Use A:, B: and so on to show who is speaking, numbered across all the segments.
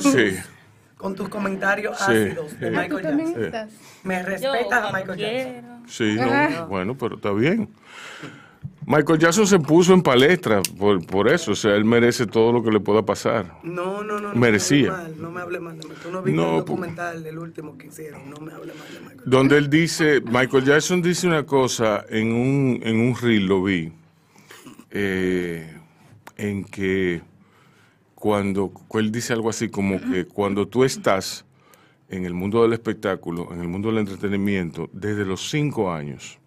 A: Sí.
B: Con tus comentarios
A: Sí,
B: ácidos de
A: sí.
B: Michael Jackson. Me respetas a Michael Jackson.
A: Sí, no, bueno, pero está bien. Michael Jackson se puso en palestra por, por eso, o sea, él merece todo lo que le pueda pasar.
B: No, no, no.
A: Merecía.
B: No me hable mal, no me hable mal. de mí. Tú no viste
A: No,
B: el
A: pu-
B: documental, el último que hicieron. No me hable mal de Michael.
A: Donde él dice, Michael Jackson dice una cosa en un, en un reel, lo vi, eh, en que cuando, él dice algo así como que cuando tú estás en el mundo del espectáculo, en el mundo del entretenimiento, desde los cinco años,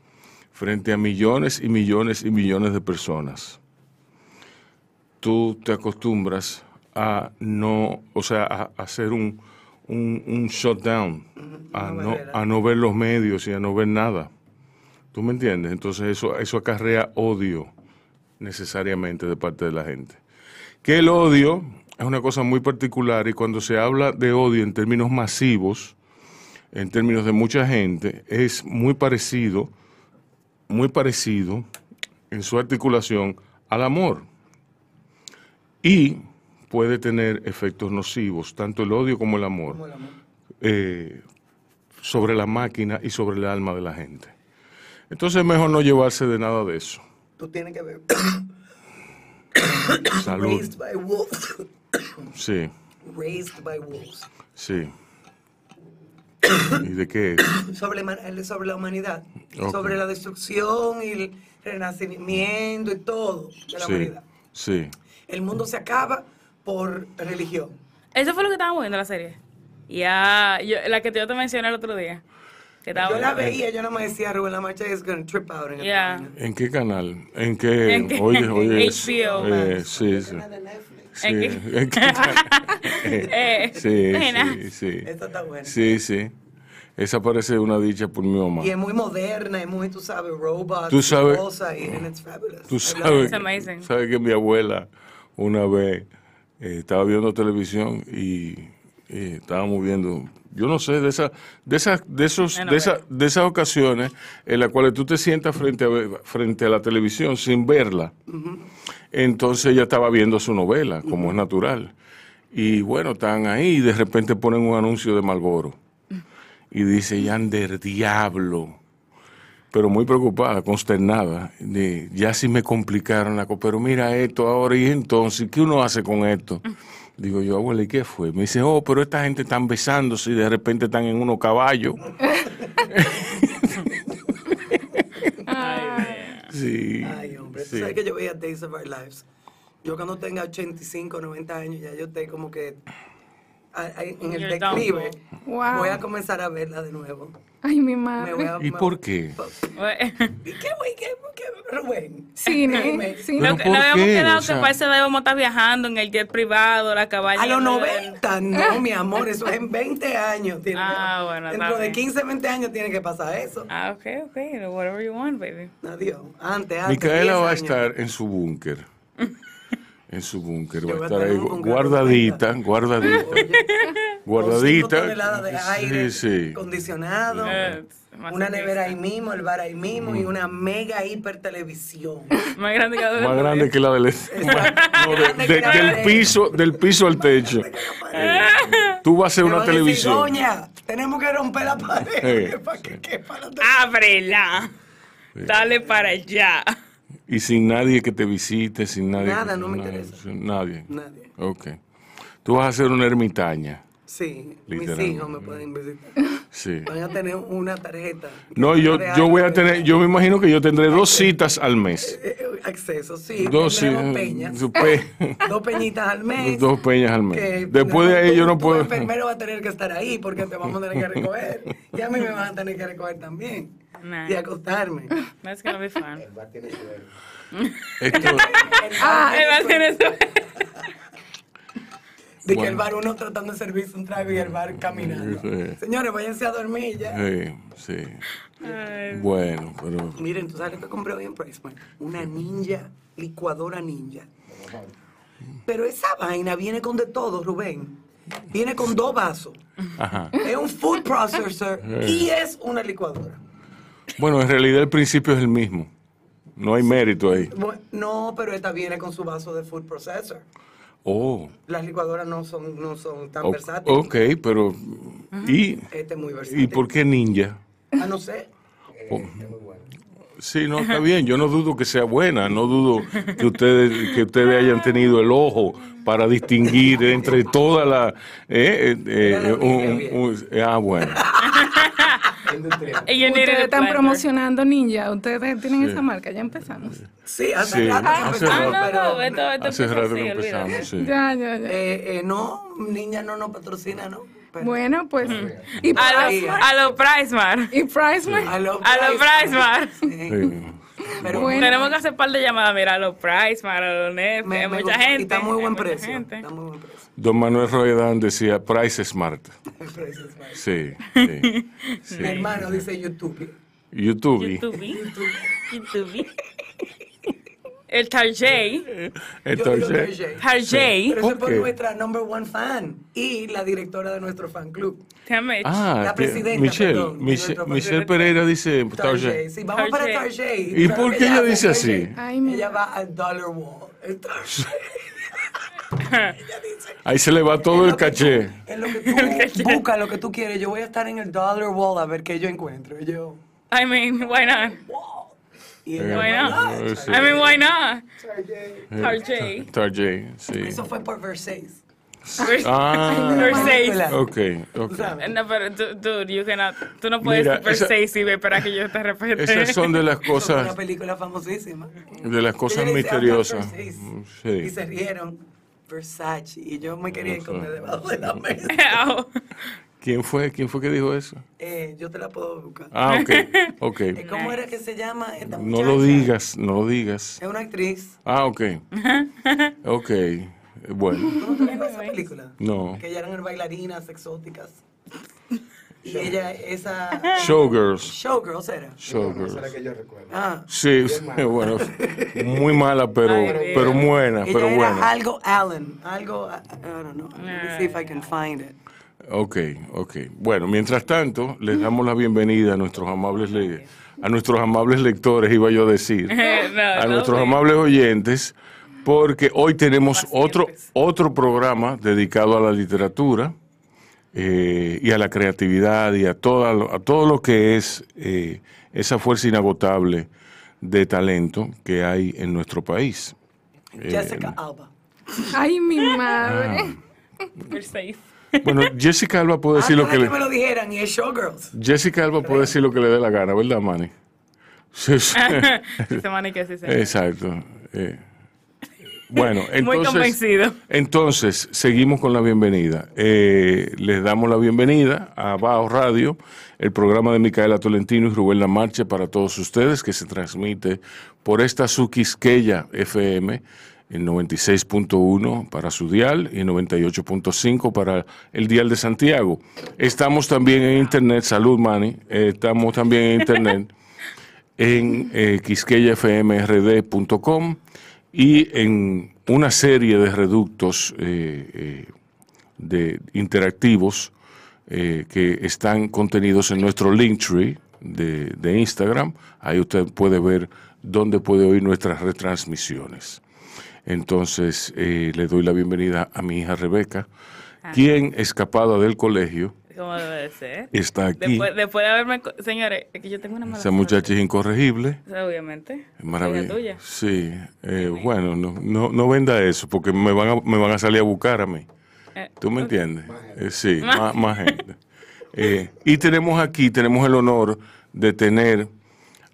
A: frente a millones y millones y millones de personas, tú te acostumbras a no, o sea, a, a hacer un, un, un shutdown, a
B: una
A: no,
B: barrera.
A: a no ver los medios y a no ver nada. ¿Tú me entiendes? Entonces eso, eso acarrea odio necesariamente de parte de la gente. Que el odio es una cosa muy particular y cuando se habla de odio en términos masivos, en términos de mucha gente, es muy parecido, muy parecido en su articulación al amor. Y puede tener efectos nocivos, tanto el odio como el amor,
B: Como el amor.
A: eh, sobre la máquina y sobre el alma de la gente. Entonces es mejor no llevarse de nada de eso.
B: Tú tienes que ver. Ah,
A: Salud.
B: Raised by wolves.
A: Sí,
B: Raised by wolves.
A: sí. ¿Y de qué es?
B: Sobre, ma- el- sobre la humanidad.
A: Ok.
B: Sobre la destrucción y el renacimiento y todo de la
A: Sí,
B: humanidad.
A: sí.
B: El mundo se acaba por religión.
C: Eso fue lo que estábamos viendo la serie. Ya, yo- la que yo te mencioné el otro día. Que estaba
B: Yo la
C: buena.
B: veía, yo no me decía, Rubén, la marcha is gonna trip out. en el
C: Ya.
B: camino".
A: ¿En qué canal? ¿En qué?
C: ¿En qué?
A: Oye, oye. es-
C: HBO
A: eh, sí, sí. Sí,
C: ¿En qué?
A: ¿en qué canal?
C: Eh,
A: Sí,
C: nena.
A: sí, sí.
B: Esta está buena.
A: Sí, sí. Esa parece una dicha por mi mamá.
B: Y es muy moderna, es muy, tú sabes, robots,
A: Tú sabes-
B: y cosas, y and it's fabulous.
A: Tú
B: I love
A: sabes,
C: It's amazing.
A: sabes que mi abuela una vez eh, estaba viendo televisión y, y estábamos viendo, yo no sé, de esas, de esas, de esos,
C: Una
A: de esa-
C: novela.
A: de esas ocasiones en las cuales tú te sientas frente a, ver- frente a la televisión sin verla. Entonces ella estaba viendo su novela, como es natural. Y bueno, están ahí y de repente ponen un anuncio de Malboro. Y dice, Yander, diablo pero muy preocupada, consternada, de ya si me complicaron la cosa, pero mira esto ahora y entonces, ¿qué uno hace con esto? Digo yo, abuela, ¿y qué fue? Me dice, oh, pero esta gente están besándose y de repente están en uno caballo. sí.
B: Ay, hombre, tú
A: sí.
B: sabes que yo veía Days of Our Lives. Yo cuando tenga 85, 90 años, ya yo estoy como que a- a- en el
C: You're
B: declive.
D: Wow.
B: Voy a comenzar a verla de nuevo.
D: Ay,
B: Me
D: mi
C: Ah.
D: madre.
B: voy a-
A: ¿Y
B: me-
A: por qué?
B: ¿Y ¿Qué, güey? ¿Qué, qué, Rubén?
D: Cine,
B: Dime.
D: cine.
A: Pero
C: Lo que
A: ¿por
C: nos habíamos
A: qué?
C: quedado
A: O sea-
C: que parece que debemos estar viajando en el jet privado, la cabaña.
B: A los
C: de-
B: 90, no, mi amor, eso es en 20 años. tiene-
C: Ah, bueno, está
B: Dentro de
C: bien.
B: 15, 20 años tiene que pasar eso.
C: Ah, ok, ok. Whatever you want, baby.
B: Adiós. Antes, antes.
A: Micaela
B: 10
A: va a
B: años.
A: estar en su búnker. En su búnker, va a
B: Yo voy a
A: estar
B: tener
A: ahí
B: un búnker
A: guardadita, guardadita,
B: Con cinco
A: guardadita.
B: toneladas de aire
A: Sí, sí.
B: acondicionado,
C: Eh, más
B: una
C: cerquita.
B: nevera ahí mismo, el bar ahí mismo
A: Mm.
B: y una mega hiper televisión.
C: Más grande que la de
A: más grande que la del no, de- de-
B: grande que la
A: del
B: pared.
A: piso del piso al techo Eh, tú vas a hacer
B: Me
A: una
B: van a decir,
A: televisión
B: Doña, tenemos que romper la pared
A: Eh,
B: para que quepa la
A: Ah.
B: tele-".
C: Ábrela. Dale para allá.
A: y sin nadie que te visite sin nadie
B: Nada,
A: que-
B: no me
A: nadie,
B: interesa.
A: sin nadie
B: Nadie.
A: ok tú vas a hacer una ermitaña
B: Sí, mis
A: Literal.
B: hijos me pueden visitar.
A: sí
B: Van a tener una tarjeta.
A: no yo
B: de
A: yo voy a
B: algo.
A: tener yo me imagino que yo tendré dos citas al mes
B: Eh, eh, acceso, sí.
A: dos
B: tendremos
A: citas
B: peñas.
A: su pe-
B: Dos peñitas al mes.
A: dos peñas al
B: que
A: mes después de ahí
B: tú-
A: yo no
B: tú
A: puedo
B: enfermero va a tener que estar ahí porque te vamos a tener que recoger. Y a mí me van a tener que recoger también.
C: Nah.
B: Y acostarme.
C: That's gonna be fun.
A: Esto-
C: Ay, va a ser Ah, eso.
B: De que
A: Bueno.
B: el bar uno tratando de servirse un trago y el bar caminando.
A: Sí.
B: Señores, váyanse a dormir ya.
A: sí, sí. bueno pero
B: Miren, tú sabes lo que compré hoy en Priceman. Una ninja, licuadora ninja. Pero esa vaina viene con de todo, Rubén. Viene con dos vasos.
A: ajá
B: Es un food processor y es una licuadora.
A: Bueno, en realidad el principio es el mismo. No hay mérito ahí.
B: Bu- No, pero esta viene con su vaso de food processor.
A: Oh,
B: Las licuadoras no son, no son tan
A: o-
B: versátiles.
A: ok, pero... ¿Y,
B: Este es muy versátil.
A: Oh, ¿Y por qué ninja?
B: Ah, no sé.
A: Sí, no, está bien. Yo no dudo que sea buena. No dudo que ustedes, que ustedes hayan tenido el ojo para distinguir entre toda la... eh, eh, eh,
B: Era la
A: un-
B: Biblia.
A: un- ah, bueno.
C: Y yo
D: Ustedes
C: needed a
D: están
C: planter.
D: promocionando Ninja, ustedes tienen esa marca, ya empezamos.
B: Sí, hace
A: Sí,
B: rato
A: hace
B: empezamos,
C: Ah, no,
B: pero,
C: no, esto, esto
A: Hace
C: empieza así,
A: rato que
C: olvídate.
A: empezamos, sí.
D: Ya, ya, ya.
B: eh, eh, no, niña no nos patrocina, ¿no? Pero-
D: Bueno, pues. Y,
C: A los,
B: Todavía.
C: a los Pricemar.
D: y Pricemar,
B: A los
C: A los Pricemar.
A: Sí.
B: Pero
D: Bueno.
C: Tenemos que hacer un par de llamadas, mira, a los Pricemar, a los Nef,
B: me-
C: hay
B: me
C: mucha
B: gusta.
C: gente.
B: Y está
C: hay
B: muy buen
C: mucha
B: precio.
C: gente.
B: Está muy buen precio.
A: Don Manuel Roedán decía, Price Smart.
B: El precio es bueno.
A: Sí, sí, sí.
B: Mi hermano dice YouTube.
A: YouTube.
C: YouTube. YouTube. El Tarjay.
A: Entonces,
B: Yo digo
C: ¿Ah,
B: que
C: Tarjay.
B: Pero eso
A: ¿Por
B: es por
A: qué?
B: nuestra number one fan y la directora de nuestro fan club.
C: Déjame.
A: ah,
B: La
A: que-
B: presidenta,
A: Michelle,
B: perdón, de
A: Michelle,
B: nuestro
A: Michelle
B: presidente.
A: Pereira dice
B: Tarjay.
A: Tarjay.
B: Sí, vamos para
C: Tarjay.
B: Tarjay.
A: ¿Y por qué ella
B: hace
A: dice así?
B: Tarjay.
D: Ay, mi-
B: Ella va al Dollar Wall. El Tarjay.
A: Ahí se le va todo el caché. Eh,
B: En lo que tú buscas, lo que tú quieres. Yo voy a estar en el Dollar Wall a ver qué yo encuentro. Y Yo,
C: I mean, why not?
B: wow. Y
A: Eh,
B: ella,
C: Why
A: eh,
C: not? I
A: sí.
C: mean, why not?
B: Tarjay.
C: Tarjay.
A: Tarjay, sí.
B: Eso fue por Versace.
A: Ah,
C: Versace.
A: ok, ok.
B: ¿Sabes?
C: No, pero du- dude, you cannot, tú no puedes
A: Mira,
C: ser
A: esa-
C: Versace y esperar que yo te respete.
A: Esas son de las
B: Eso fue una
A: cosas,
B: película famosísima.
A: de las cosas
B: Yo le decía,
A: misteriosas.
B: "Ah, Versace".
A: Sí.
B: Y se rieron. Versace. Y yo me quería esconder debajo de la mesa.
C: Ow.
A: ¿Quién fue, quién fue que dijo eso?
B: Eh, yo te la puedo buscar.
A: Ah, ok, ok.
B: Eh, ¿Cómo era que se llama esta
A: No lo
B: muchacha?
A: digas, no lo digas.
B: Es una actriz.
A: Ah, ok. Ok, bueno,
B: ¿Tú no te acuerdas de esa película?
A: no.
B: Que ya eran bailarinas exóticas. Y ella, esa...
A: Showgirls,
B: Showgirls era.
A: showgirls.
E: que yo recuerdo.
B: Ah.
A: Sí, bueno, muy mala, pero,
C: Ay,
A: pero buena,
B: Ella
A: pero
B: era
A: buena.
B: algo Allen. Algo... I don't know. Let me see if I can find it.
A: Ok, ok. Bueno, mientras tanto, les damos la bienvenida a nuestros amables le- a nuestros amables lectores, iba yo a decir,
C: Eh, No,
A: a
C: no,
A: nuestros
C: sí.
A: amables oyentes, porque hoy tenemos otro, otro programa dedicado a la literatura eh, y a la creatividad y a, toda lo- a todo lo que es eh, esa fuerza inagotable de talento que hay en nuestro país. Eh,
B: Jessica Alba.
D: ay, mi madre.
C: Versace.
A: Bueno, Jessica Alba puede decir lo
B: Antes
A: que
B: de
A: le...
B: que me lo dijeran y Ah, es Showgirls.
A: Jessica Alba puede decir lo que le dé la gana, ¿verdad, Manny? Sí, sí.
C: Ese maniquí sí se ve.
A: Exacto. Eh, Bueno, entonces...
C: Muy convencido.
A: Entonces, seguimos con la bienvenida. Eh, les damos la bienvenida a Bajo Radio, el programa de Micaela Tolentino y Rubén La Marcha para todos ustedes, que se transmite por esta su Quisqueya FM, el 96.1 para su dial y 98.5 para el dial de Santiago. Estamos también en internet, salud Mani, eh, estamos también en internet en eh, quisqueyafmrd.com y en una serie de reductos eh, eh, de interactivos eh, que están contenidos en nuestro Linktree de, de Instagram. Ahí usted puede ver dónde puede oír nuestras retransmisiones. Entonces, eh, le doy la bienvenida a mi hija Rebeca, quien, escapada del colegio,
C: ¿Cómo debe de ser?
A: está aquí.
C: Después, después de haberme... co- Señores, es que yo tengo una mala
A: Esa muchacha es incorregible.
C: suerte. Obviamente. Amiga
A: Maravilla.
C: tuya.
A: Sí, eh, bueno, no, no, no venda eso porque me van, a, me van a salir a buscar a mí.
C: Eh,
A: ¿Tú me entiendes? Eh, sí, más, más gente. Eh, y tenemos aquí, tenemos el honor de tener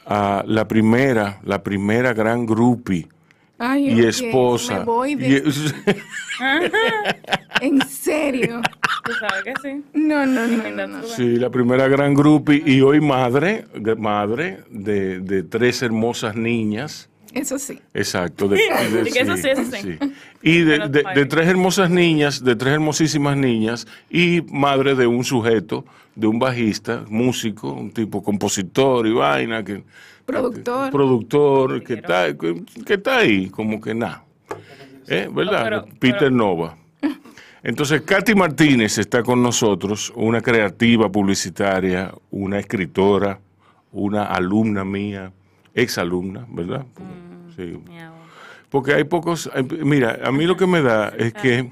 A: a la primera, la primera gran groupie
D: Ay,
A: y
D: oye,
A: esposa.
D: Me voy de-
A: Y es-
D: En serio.
C: Tú sabes que sí.
D: No, no, no. no, no.
A: sí, la primera gran groupie y hoy madre, de- madre de, de tres hermosas niñas.
D: Eso sí.
A: Exacto. De, de-
C: De que eso sí, eso sí.
A: Y de,
C: Pero
A: de-
C: fine.
A: de tres hermosas niñas, de tres hermosísimas niñas, y madre de un sujeto, de un bajista, músico, un tipo compositor y vaina, que,
D: Productor.
A: productor, que está, que, que está ahí, como que nada. ¿Eh? ¿Verdad?
C: Pero-
A: Peter
C: pero-
A: Nova. Entonces, Katy Martínez está con nosotros, una creativa publicitaria, una escritora,
C: Mm.
A: una alumna mía, ex alumna, ¿verdad? Porque- sí,
C: Mi amor.
A: Porque hay pocos. hay- mira, a mí lo que me da es que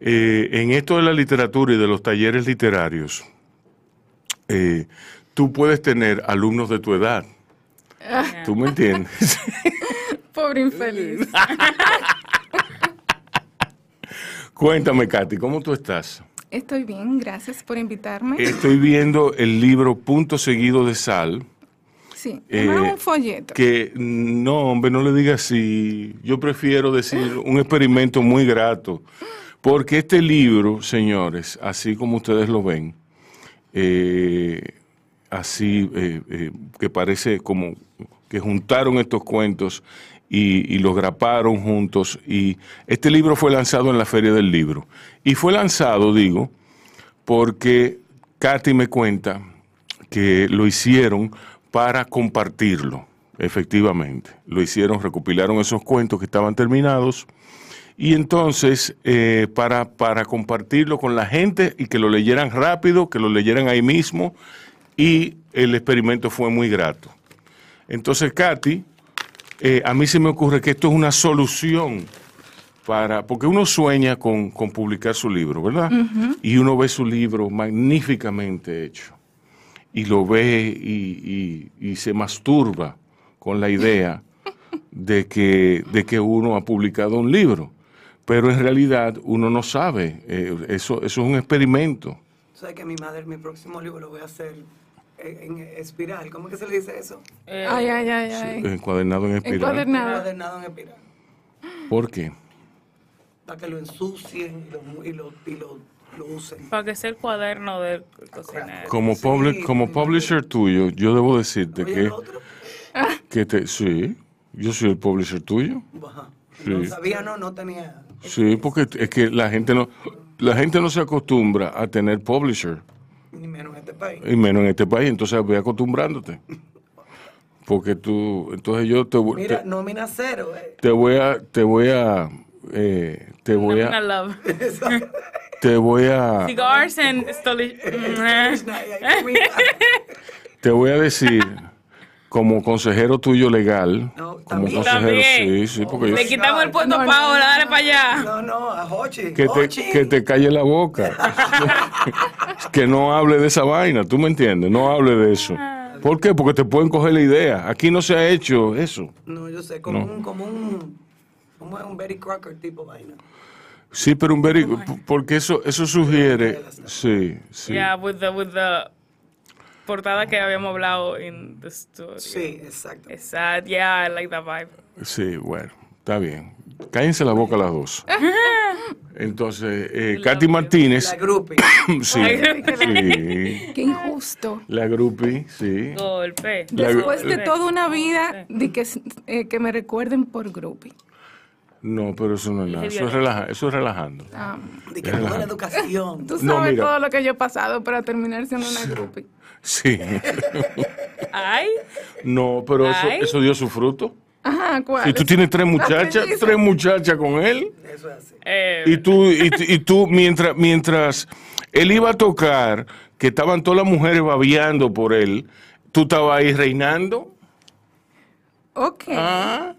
A: eh, en esto de la literatura y de los talleres literarios, eh, tú puedes tener alumnos de tu edad. ¿Tú me entiendes?
D: Pobre infeliz.
A: Cuéntame, Katy, ¿cómo tú estás?
D: Estoy bien, gracias por invitarme.
A: Estoy viendo el libro Punto Seguido de Sal.
D: sí,
A: eh,
D: más un folleto.
A: Que no, hombre, no le digas así. Yo prefiero decir un experimento muy grato. Porque este libro, señores, así como ustedes lo ven, eh, así eh, eh, que parece como que juntaron estos cuentos y, y los graparon juntos. Y este libro fue lanzado en la Feria del Libro. Y fue lanzado, digo, porque Katy me cuenta que lo hicieron para compartirlo, efectivamente. Lo hicieron, recopilaron esos cuentos que estaban terminados y entonces eh, para, para compartirlo con la gente y que lo leyeran rápido, que lo leyeran ahí mismo y el experimento fue muy grato. Entonces, Katy, eh, a mí se me ocurre que esto es una solución para, porque uno sueña con, con publicar su libro, ¿verdad? Y uno ve su libro magníficamente hecho y lo ve y, y- y se masturba con la idea de que, de que uno ha publicado un libro. Pero en realidad uno no sabe, eh, eso, eso es un experimento.
B: O sea que mi madre, mi próximo libro lo voy a hacer en, en espiral. ¿Cómo que se le dice eso?
C: Eh,
D: ay, ay, ay, ay.
A: eh, Encuadernado en espiral.
D: Encuadernado.
B: Cuadernado en espiral.
A: ¿Por qué?
B: Para que lo ensucien y lo, y lo, y lo, lo usen.
C: Para que sea el cuaderno del cocinero.
A: Como, public- como publisher tuyo, yo debo decirte
B: Oye,
A: que,
B: el otro.
A: que te, sí, yo soy el publisher tuyo.
B: Ajá.
A: Sí.
B: No sabía, no, no tenía.
A: Sí, porque es que la gente no, la gente no se acostumbra a tener publisher.
B: Ni menos en este país.
A: Y menos en este país, entonces voy acostumbrándote. Porque tú, entonces yo te, voy-
B: Mira,
A: te,
B: nómina cero, ¿eh?
A: te voy a, te voy a, eh, te voy
C: Una
A: a,
C: love.
A: te voy a,
C: Cigars and stoli- Mm, eh.
B: Ay, ay, mira.
A: te voy a decir, como consejero tuyo legal,
B: No,
A: como
B: también.
A: consejero, sí,
C: También.
A: sí, porque yo-
C: Le quitamos el puesto
D: No,
C: a
D: no,
C: Paola, dale para allá.
B: No, no, a Hochi.
A: que te,
B: Hochi.
A: que te calle la boca. que no hable de esa vaina, tú me entiendes, no hable de eso. ¿Por qué? Porque te pueden coger la idea. Aquí no se ha hecho eso.
B: No, yo sé, como un, como un, como un Betty Crocker tipo vaina.
A: Sí, pero un very, porque eso, eso sugiere, sí, sí.
C: Yeah, with the, with the portada que habíamos hablado in the story.
B: Sí, exacto.
C: It's sad. Yeah, I like that vibe.
A: Sí, bueno, está bien. Cállense la boca las dos. Entonces, eh, Katy
B: La
A: Martínez,
B: groupie.
A: sí, sí,
D: Qué injusto.
A: la grupi, sí.
C: Golpe.
A: La-
D: Después de
C: Sí.
D: toda una vida de que, eh, que me recuerden por groupie.
A: No, pero eso no es nada, eso es, relaja- eso es relajando.
D: Ah,
B: De que buena educación.
D: tú sabes
A: No, mira.
D: todo lo que yo he pasado para terminar siendo una groupie.
A: Sí,
C: Ay,
A: no, pero eso,
C: Ay.
A: eso dio su fruto.
D: Ajá, ¿cuál?
A: Si tú tienes tres muchachas,
D: feliz.
A: tres muchachas con él,
B: Eso es así.
C: eh,
A: Y tú, y, tú- y tú mientras, mientras él iba a tocar, que estaban todas las mujeres babeando por él, tú estabas ahí reinando.
D: Ok,
A: Ah,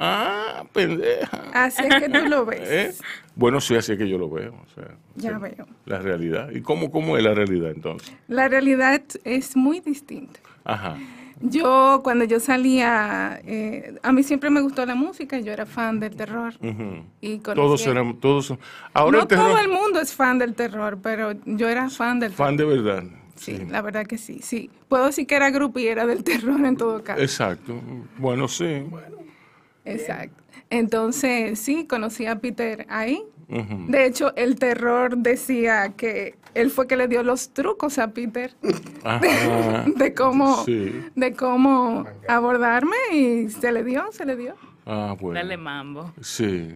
A: ah, pendeja.
D: así es que tú lo
A: ¿eh?
D: ves.
A: Bueno, sí, así es que yo lo veo. o sea,
D: Ya veo.
A: la realidad. ¿Y cómo, cómo es la realidad entonces?
D: La realidad es muy distinta.
A: Ajá.
D: Yo, cuando yo salía, eh, a mí siempre me gustó la música, yo era fan del terror. y
A: Todos
D: conocía-
A: eran, todos. Ahora
D: no
A: el terror-
D: todo el mundo es fan del terror, pero yo era fan del terror.
A: fan de verdad.
D: Sí, la verdad que sí, sí. Puedo decir que era grupiera del terror en todo caso.
A: Exacto. Bueno, sí.
D: Exacto. Entonces, sí, conocí a Peter ahí. De hecho, el terror decía que él fue que le dio los trucos a Peter
A: Ajá.
D: de cómo,
A: Ah. Sí.
D: de cómo abordarme y se le dio, se le dio.
A: Ah, bueno.
C: dale mambo.
A: Sí.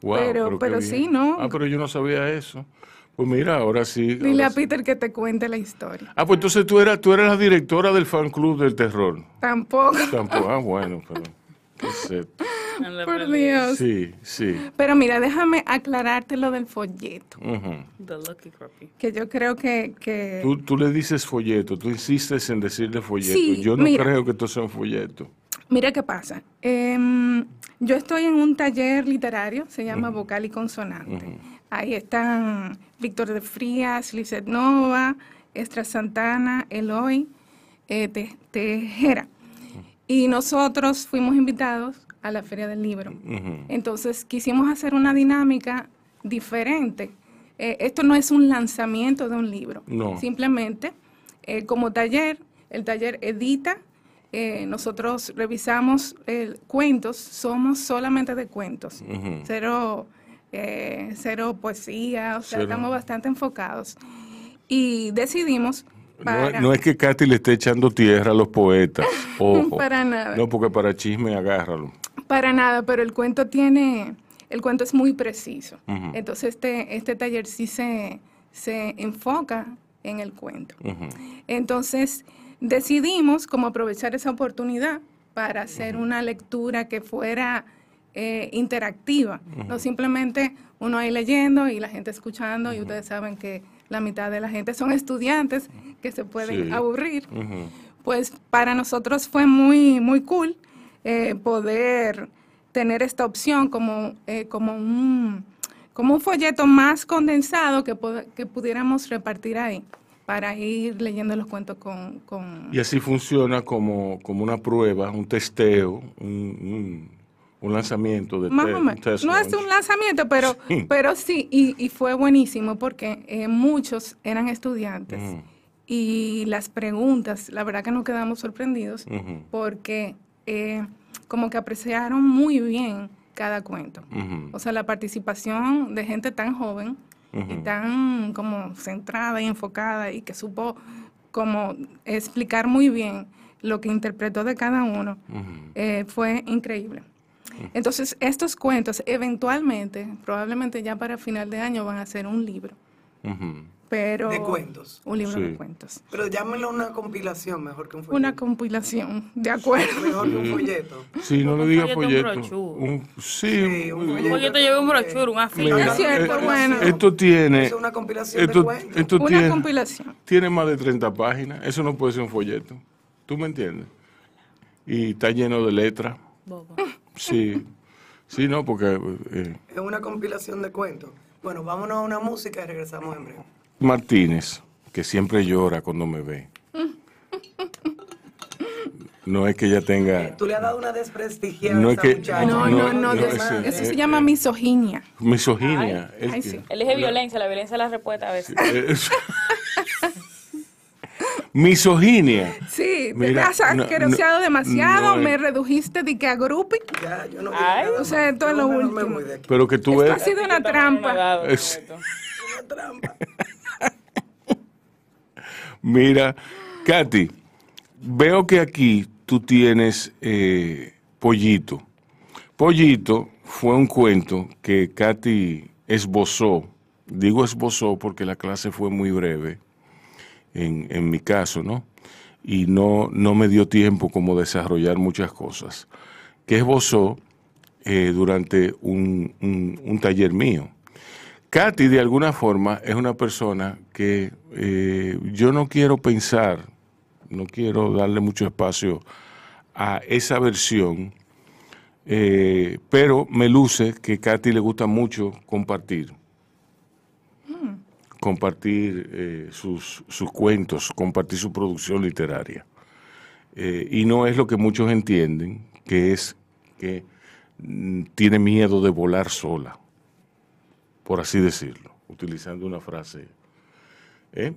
A: Guau,
D: Pero-
A: qué
D: pero
A: bien.
D: sí, ¿no?
A: Ah, pero yo no sabía eso. Pues mira, ahora sí.
D: Dile
A: ahora
D: a
A: sí.
D: Peter que te cuente la historia.
A: Ah, pues entonces tú eras, tú eras la directora del fan club del terror.
D: Tampoco,
A: Tampoco. Ah, bueno, pero. qué sé.
C: Anda
D: por
C: pa'l-
D: Dios.
A: Sí, sí.
D: Pero mira, déjame aclararte lo del folleto,
A: ujú.
C: The lucky copy.
D: que yo creo que... que...
A: tú, tú le dices folleto, tú insistes en decirle folleto.
D: Sí,
A: yo no
D: mira.
A: creo que esto sea un folleto.
D: Mira qué pasa. Em, yo estoy en un taller literario, se llama Vocal y Consonante. Ahí están Víctor de Frías, Lizeth Nova, Estra Santana, Eloy, eh, Te- Tejera. Y nosotros fuimos invitados a la Feria del Libro. Entonces quisimos hacer una dinámica diferente. Eh, esto no es un lanzamiento de un libro.
A: No.
D: Simplemente, eh, como taller, el taller edita, eh, nosotros revisamos eh, cuentos, somos solamente de cuentos.
A: Ujú.
D: Cero, eh, cero poesía, o sea,
A: Cero.
D: estamos bastante enfocados. Y decidimos
A: No,
D: para...
A: no es que Katy le esté echando tierra a los poetas. Ojo.
D: Para nada.
A: No, porque para chisme agárralo.
D: Para nada, pero el cuento tiene, el cuento es muy preciso.
A: Ujú.
D: Entonces este, este taller sí se, se enfoca en el cuento.
A: Ujú.
D: Entonces decidimos como aprovechar esa oportunidad para hacer una lectura que fuera eh, interactiva, no simplemente uno ahí leyendo y la gente escuchando y ustedes saben que la mitad de la gente son estudiantes que se pueden
A: Sí.
D: aburrir.
A: Ujú.
D: Pues para nosotros fue muy, muy cool eh, poder tener esta opción como, eh, como, un, como un folleto más condensado que, pod- que pudiéramos repartir ahí para ir leyendo los cuentos con... con-
A: Y así funciona como, como una prueba, un testeo, un, un- un lanzamiento de
D: más
A: te-
D: o
A: un
D: menos.
A: test
D: No es
A: launch.
D: un lanzamiento, pero
A: Sí.
D: sí, pero sí y, y fue buenísimo porque eh, muchos eran estudiantes
A: Ujú.
D: y las preguntas, la verdad que nos quedamos sorprendidos
A: Ujú.
D: porque eh, como que apreciaron muy bien cada cuento.
A: Ujú.
D: O sea, la participación de gente tan joven y
A: Ujú.
D: tan como centrada y enfocada y que supo como explicar muy bien lo que interpretó de cada uno
A: Ujú.
D: eh, fue increíble. Entonces, estos cuentos eventualmente, probablemente ya para final de año, van a ser un libro.
A: Ujú.
D: Pero
B: De cuentos.
D: Un libro
A: Sí.
D: de cuentos.
B: Pero llámelo una compilación mejor que un folleto.
D: Una compilación, de acuerdo.
B: Mejor que un folleto.
A: Sí, no
C: Un
A: le diga
C: folleto, un
A: folleto.
C: brochure.
A: Un- sí,
B: Sí,
A: un-
B: un
C: Un
B: folleto.
C: poquito llevé un brochure, un
A: mira,
C: afilado.
D: Es cierto,
A: eh,
D: bueno.
A: Esto tiene.
B: Es una compilación de
A: Esto,
B: cuentos.
A: esto
D: Una
A: tiene,
D: compilación.
A: tiene más de 30 páginas. Eso no puede ser un folleto. ¿Tú me entiendes? Y está lleno de letras.
C: Bobo.
A: Sí. Sí, no, porque. eh,
B: Es una compilación de cuentos. Bueno, vámonos a una música y regresamos en breve.
A: Martínez, que siempre llora cuando me ve. No es que ella tenga
B: Eh, Tú le has dado una desprestigiada
A: No
B: a
A: es
B: esa
A: que-
B: muchacha.
D: No,
A: No,
D: no,
A: no,
D: no, de-
A: es-
D: eso,
A: eh,
D: se llama misoginia.
A: misoginia. es
D: ay,
A: que-
D: sí.
C: Elige violencia, la violencia es la respuesta a veces.
A: es- misoginia.
D: Sí,
A: Mira,
D: te has
A: no,
D: asqueroseado
A: no,
D: demasiado,
A: no,
D: me
A: eh.
D: reduciste de que a grupi.
B: Ya, yo no digo
C: Ay.
B: nada
D: O sea,
B: más.
D: todo
B: Yo
D: lo
B: mejor me
D: último.
B: voy de aquí.
A: Pero que tú
D: Esto ha
A: eres.
D: sido una
C: Yo también me he
D: trampa.
C: dado con
A: Es-
C: esto.
B: Una trampa.
A: Mira, Katy, veo que aquí tú tienes eh, Pollito. Pollito fue un cuento que Katy esbozó. Digo esbozó porque la clase fue muy breve, en, en mi caso, ¿no? Y no, no me dio tiempo como desarrollar muchas cosas. Que esbozó eh, durante un- un- un taller mío. Katy, de alguna forma, es una persona que eh, yo no quiero pensar, no quiero darle mucho espacio a esa versión, eh, pero me luce que Katy le gusta mucho compartir. Compartir eh, sus, sus cuentos, compartir su producción literaria. Eh, y no es lo que muchos entienden, que es que mm, tiene miedo de volar sola por así decirlo, utilizando una frase. ¿eh?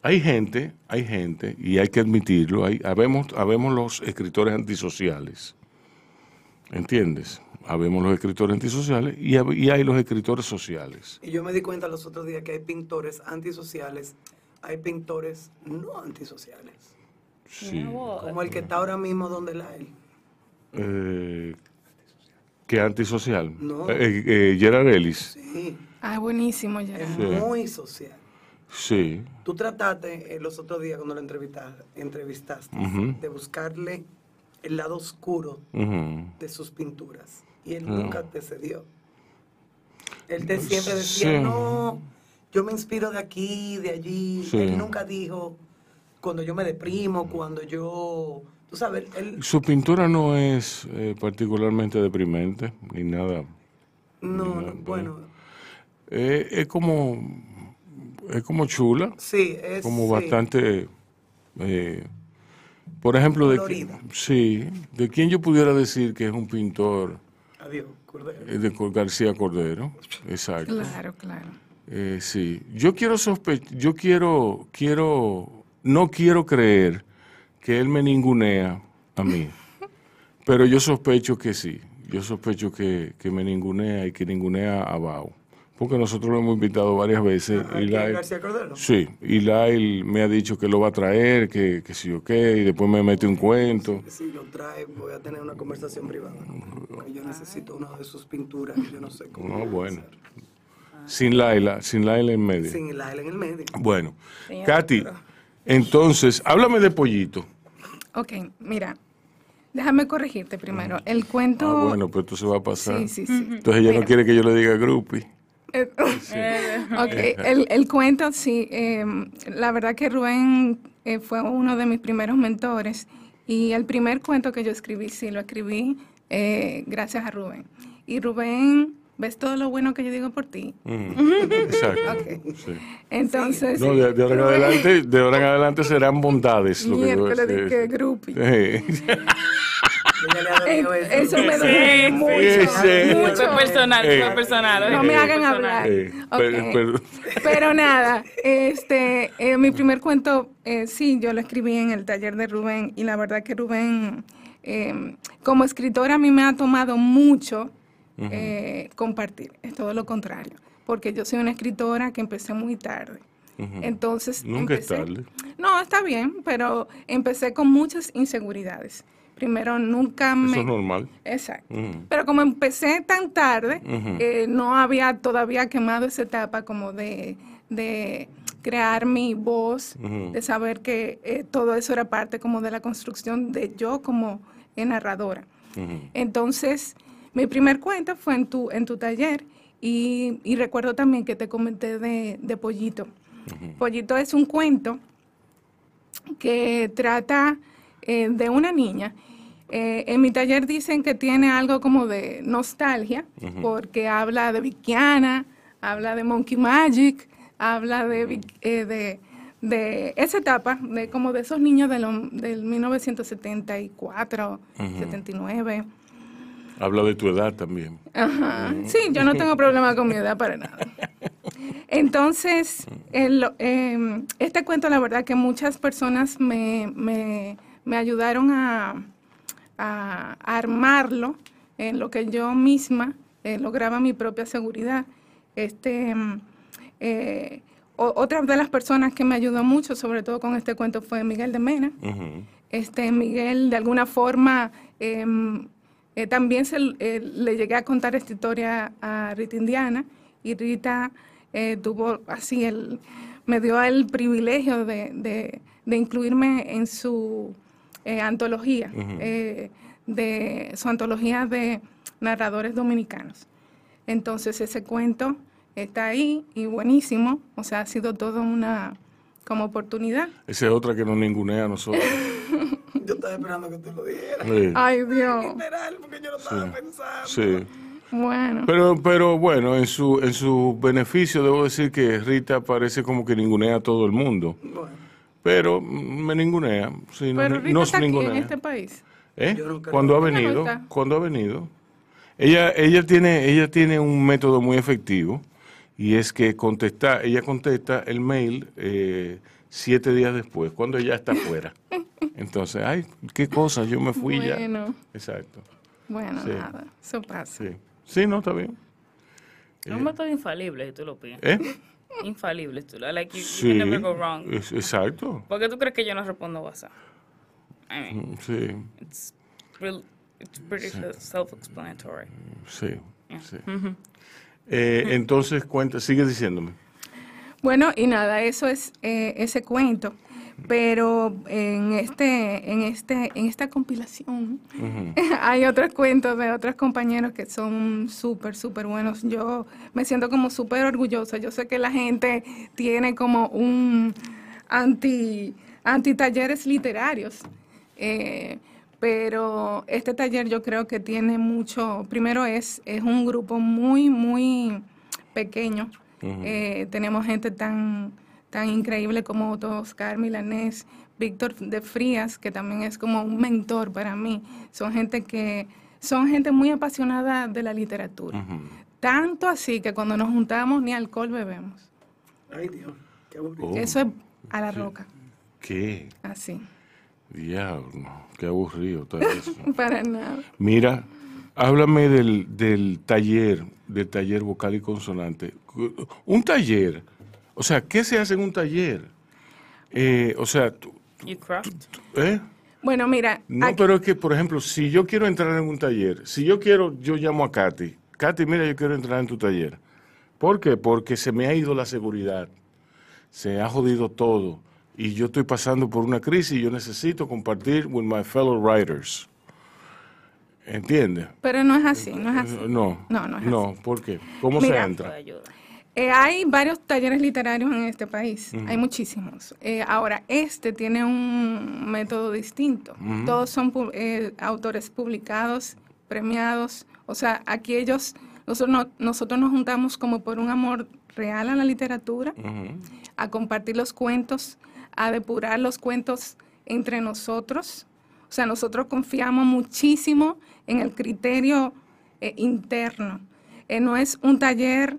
A: Hay gente, hay gente, y hay que admitirlo, hay, habemos, habemos los escritores antisociales, ¿entiendes? Habemos los escritores antisociales y, hab- y hay los escritores sociales.
B: Y yo me di cuenta los otros días que hay pintores antisociales, hay pintores no antisociales.
A: Sí.
B: Como el que está ahora mismo donde la hay.
A: Eh, ¿Qué antisocial?
B: No.
A: Eh, eh, Gerard Ellis.
B: Sí,
D: Ah, buenísimo, ya.
B: es muy social.
A: Sí.
B: Tú trataste eh, los otros días cuando lo entrevista- entrevistaste
A: Ujú.
B: de buscarle el lado oscuro
A: Ujú.
B: de sus pinturas y él
A: Ah.
B: nunca te cedió. Él te siempre decía,
A: Sí.
B: no, yo me inspiro de aquí, de allí.
A: Sí.
B: Él nunca dijo, cuando yo me deprimo, cuando yo Tú sabes, él
A: Su pintura no es eh, particularmente deprimente, ni nada.
B: no, no, bueno,
A: Eh, es como es como chula,
B: sí, es
A: como
B: sí.
A: bastante eh, por ejemplo de qui-
B: Colorida.
A: sí, de quien yo pudiera decir que es un pintor
B: Adiós, Cordero.
A: eh, de Cor- García Cordero, exacto.
D: Claro, claro.
A: Eh, sí, yo quiero sospe- yo quiero, quiero, no quiero creer que él me ningunea a mí, pero yo sospecho que sí, yo sospecho que, que me ningunea y que ningunea a Bao, porque nosotros lo hemos invitado varias veces
B: Ah,
A: y
B: ¿quién,
A: la e- él-
B: García Cordero.
A: sí, y la él me ha dicho que lo va a traer, que, que sí o qué, y después me mete un cuento.
B: Si lo trae, voy a tener una conversación privada. Porque yo necesito una de sus pinturas. Yo no sé cómo.
A: No, bueno. Sin Laila, sin Laila en medio.
B: Sin el aire en el medio.
A: Bueno, Katy, entonces, háblame de Pollito.
D: Ok, mira, déjame corregirte primero. El cuento...
A: Ah, bueno, pues esto se va a pasar.
D: Sí, sí, sí.
A: Entonces ella no quiere que yo le diga groupie.
D: Eh, Ok,
A: Eh,
D: el, el cuento, sí. eh, la verdad que Rubén eh, fue uno de mis primeros mentores y el primer cuento que yo escribí, sí, lo escribí eh, gracias a Rubén. Y Rubén, ¿ves todo lo bueno que yo digo por ti?
A: Mm. Exacto. sí.
D: Entonces,
A: No, de, de ahora en
D: Rubén-
A: adelante, de ahora en adelante serán bondades lo que yo eh,
D: Miércoles, di que groupie.
A: Sí.
B: Ella le ha
D: Eh,
B: dolido
D: eso me
C: Sí, sí,
D: duele mucho,
A: sí.
D: mucho.
C: Fue personal,
A: Eh,
C: fue personal.
D: No
C: oye,
D: me
C: fue
D: hagan
C: personal.
D: hablar.
A: Eh,
D: Ok.
A: per- per-
D: Pero nada, este, eh, mi primer cuento, eh, sí, yo lo escribí en el taller de Rubén y la verdad que Rubén, eh, como escritor a mí me ha tomado mucho eh, compartir, es todo lo contrario, porque yo soy una escritora que empecé muy tarde. Entonces,
A: Nunca es
D: empecé-
A: tarde.
D: No, está bien, pero empecé con muchas inseguridades. Primero, nunca me...
A: Eso es normal.
D: Exacto.
A: Ujú.
D: Pero como empecé tan tarde,
A: Ujú.
D: eh, no había todavía quemado esa etapa como de, de crear mi voz,
A: Ujú.
D: de saber que eh, todo eso era parte como de la construcción de yo como eh, narradora.
A: Ujú.
D: Entonces, mi primer cuento fue en tu, en tu taller y, y recuerdo también que te comenté de, de Pollito. Pollito es un cuento que trata eh, de una niña. Eh, en mi taller dicen que tiene algo como de nostalgia, porque habla de Vickiana, habla de Monkey Magic, habla de, Vic- eh, de, de esa etapa, de como de esos niños de lo- del 1974, 79.
A: Habla de tu edad también.
D: Ajá. Sí, yo no tengo problema con mi edad para nada. Entonces, el- eh, este cuento, la verdad que muchas personas me, me- me ayudaron a, a armarlo en lo que yo misma eh, lograba mi propia seguridad. Este, mm, eh, o- otra de las personas que me ayudó mucho, sobre todo con este cuento, fue Miguel de Mena
A: Ujú.
D: este Miguel de alguna forma em, eh, también se, l- eh, le llegué a contar esta historia a Rita Indiana y Rita eh, tuvo así el me dio el privilegio de, de- de incluirme en su eh, antología eh, de su antología de narradores dominicanos entonces ese cuento está ahí y buenísimo o sea ha sido todo una como oportunidad
A: Esa es otra que nos ningunea a nosotros.
B: Yo estaba esperando que tú lo dijeras.
A: Sí.
D: ay Dios
B: Literal, porque yo lo estaba pensando.
A: sí.
D: bueno
A: Pero, pero bueno, en su, en su beneficio debo decir que Rita parece como que ningunea a todo el mundo.
B: Bueno,
A: Pero mm, me ningunea. Sí,
D: Pero
A: nos,
D: Rita
A: nos
D: está aquí en
A: ningunea.
D: este país.
A: ¿Eh?
B: Yo no creo.
A: Cuando ha
D: Ella no
A: venido,
D: está.
A: cuando ha venido. Ella, ella tiene, ella tiene un método muy efectivo y es que contesta, ella contesta el mail eh, siete días después, cuando ella está afuera. Entonces, ay, qué cosa, yo me fui ya.
D: Bueno.
A: Exacto.
D: Bueno,
A: Sí.
D: nada, eso pasa.
A: Sí. Sí, no, está bien.
C: Es un método infalible, si tú lo piensas.
A: ¿Eh?
C: Infalible, tú lo like, you, you
A: Sí.
C: can never go wrong.
A: es- exacto. Mm,
C: ¿Por qué tú crees que yo no respondo WhatsApp? I mean,
A: Sí,
C: it's, real, it's pretty self-explanatory.
A: sí, sí. Eh, entonces, cuenta, sigue diciéndome.
D: Bueno, y nada, eso es eh, ese cuento. Pero en este, en este, en esta compilación hay otros cuentos de otros compañeros que son súper, súper buenos. Yo me siento como súper orgullosa. Yo sé que la gente tiene como un anti, anti talleres literarios. Eh, pero este taller yo creo que tiene mucho, primero es, es un grupo muy, muy pequeño. Eh, tenemos gente tan, tan increíble como Otto Oscar Milanés, Víctor de Frías, que también es como un mentor para mí. Son gente que son gente muy apasionada de la literatura.
A: Ah.
D: Tanto así que cuando nos juntamos ni alcohol bebemos.
B: Ay, Dios, qué aburrido.
A: Oh,
D: Eso es a la roca,
A: ¿Qué?
D: así.
A: Diablo, qué aburrido está eso.
D: Para nada.
A: Mira, háblame del, del taller, del taller vocal y consonante. Un taller, o sea, ¿qué se hace en un taller? Eh, o sea, tú-
C: You craft.
A: ¿eh?
D: Bueno, mira,
A: No,
D: aquí-
A: pero es que, por ejemplo, si yo quiero entrar en un taller, si yo quiero, yo llamo a Katy. Katy, mira, yo quiero entrar en tu taller. ¿Por qué? Porque se me ha ido la seguridad, se ha jodido todo y yo estoy pasando por una crisis y yo necesito compartir with my fellow writers. ¿Entiendes?
D: pero no es así, no es así.
A: Eh, No,
D: Ah, No, no es
A: no, ¿por qué? ¿Cómo se
D: Mira,
A: entra?
C: ayuda.
D: Eh, hay varios talleres literarios en este país, hay muchísimos. Eh, ahora, este tiene un método distinto. Todos son pu- eh, autores publicados, premiados. O sea, aquí ellos, nosotros, no- nosotros nos juntamos como por un amor real a la literatura, a compartir los cuentos, a depurar los cuentos entre nosotros. O sea, nosotros confiamos muchísimo en el criterio eh, interno. Eh, no es un taller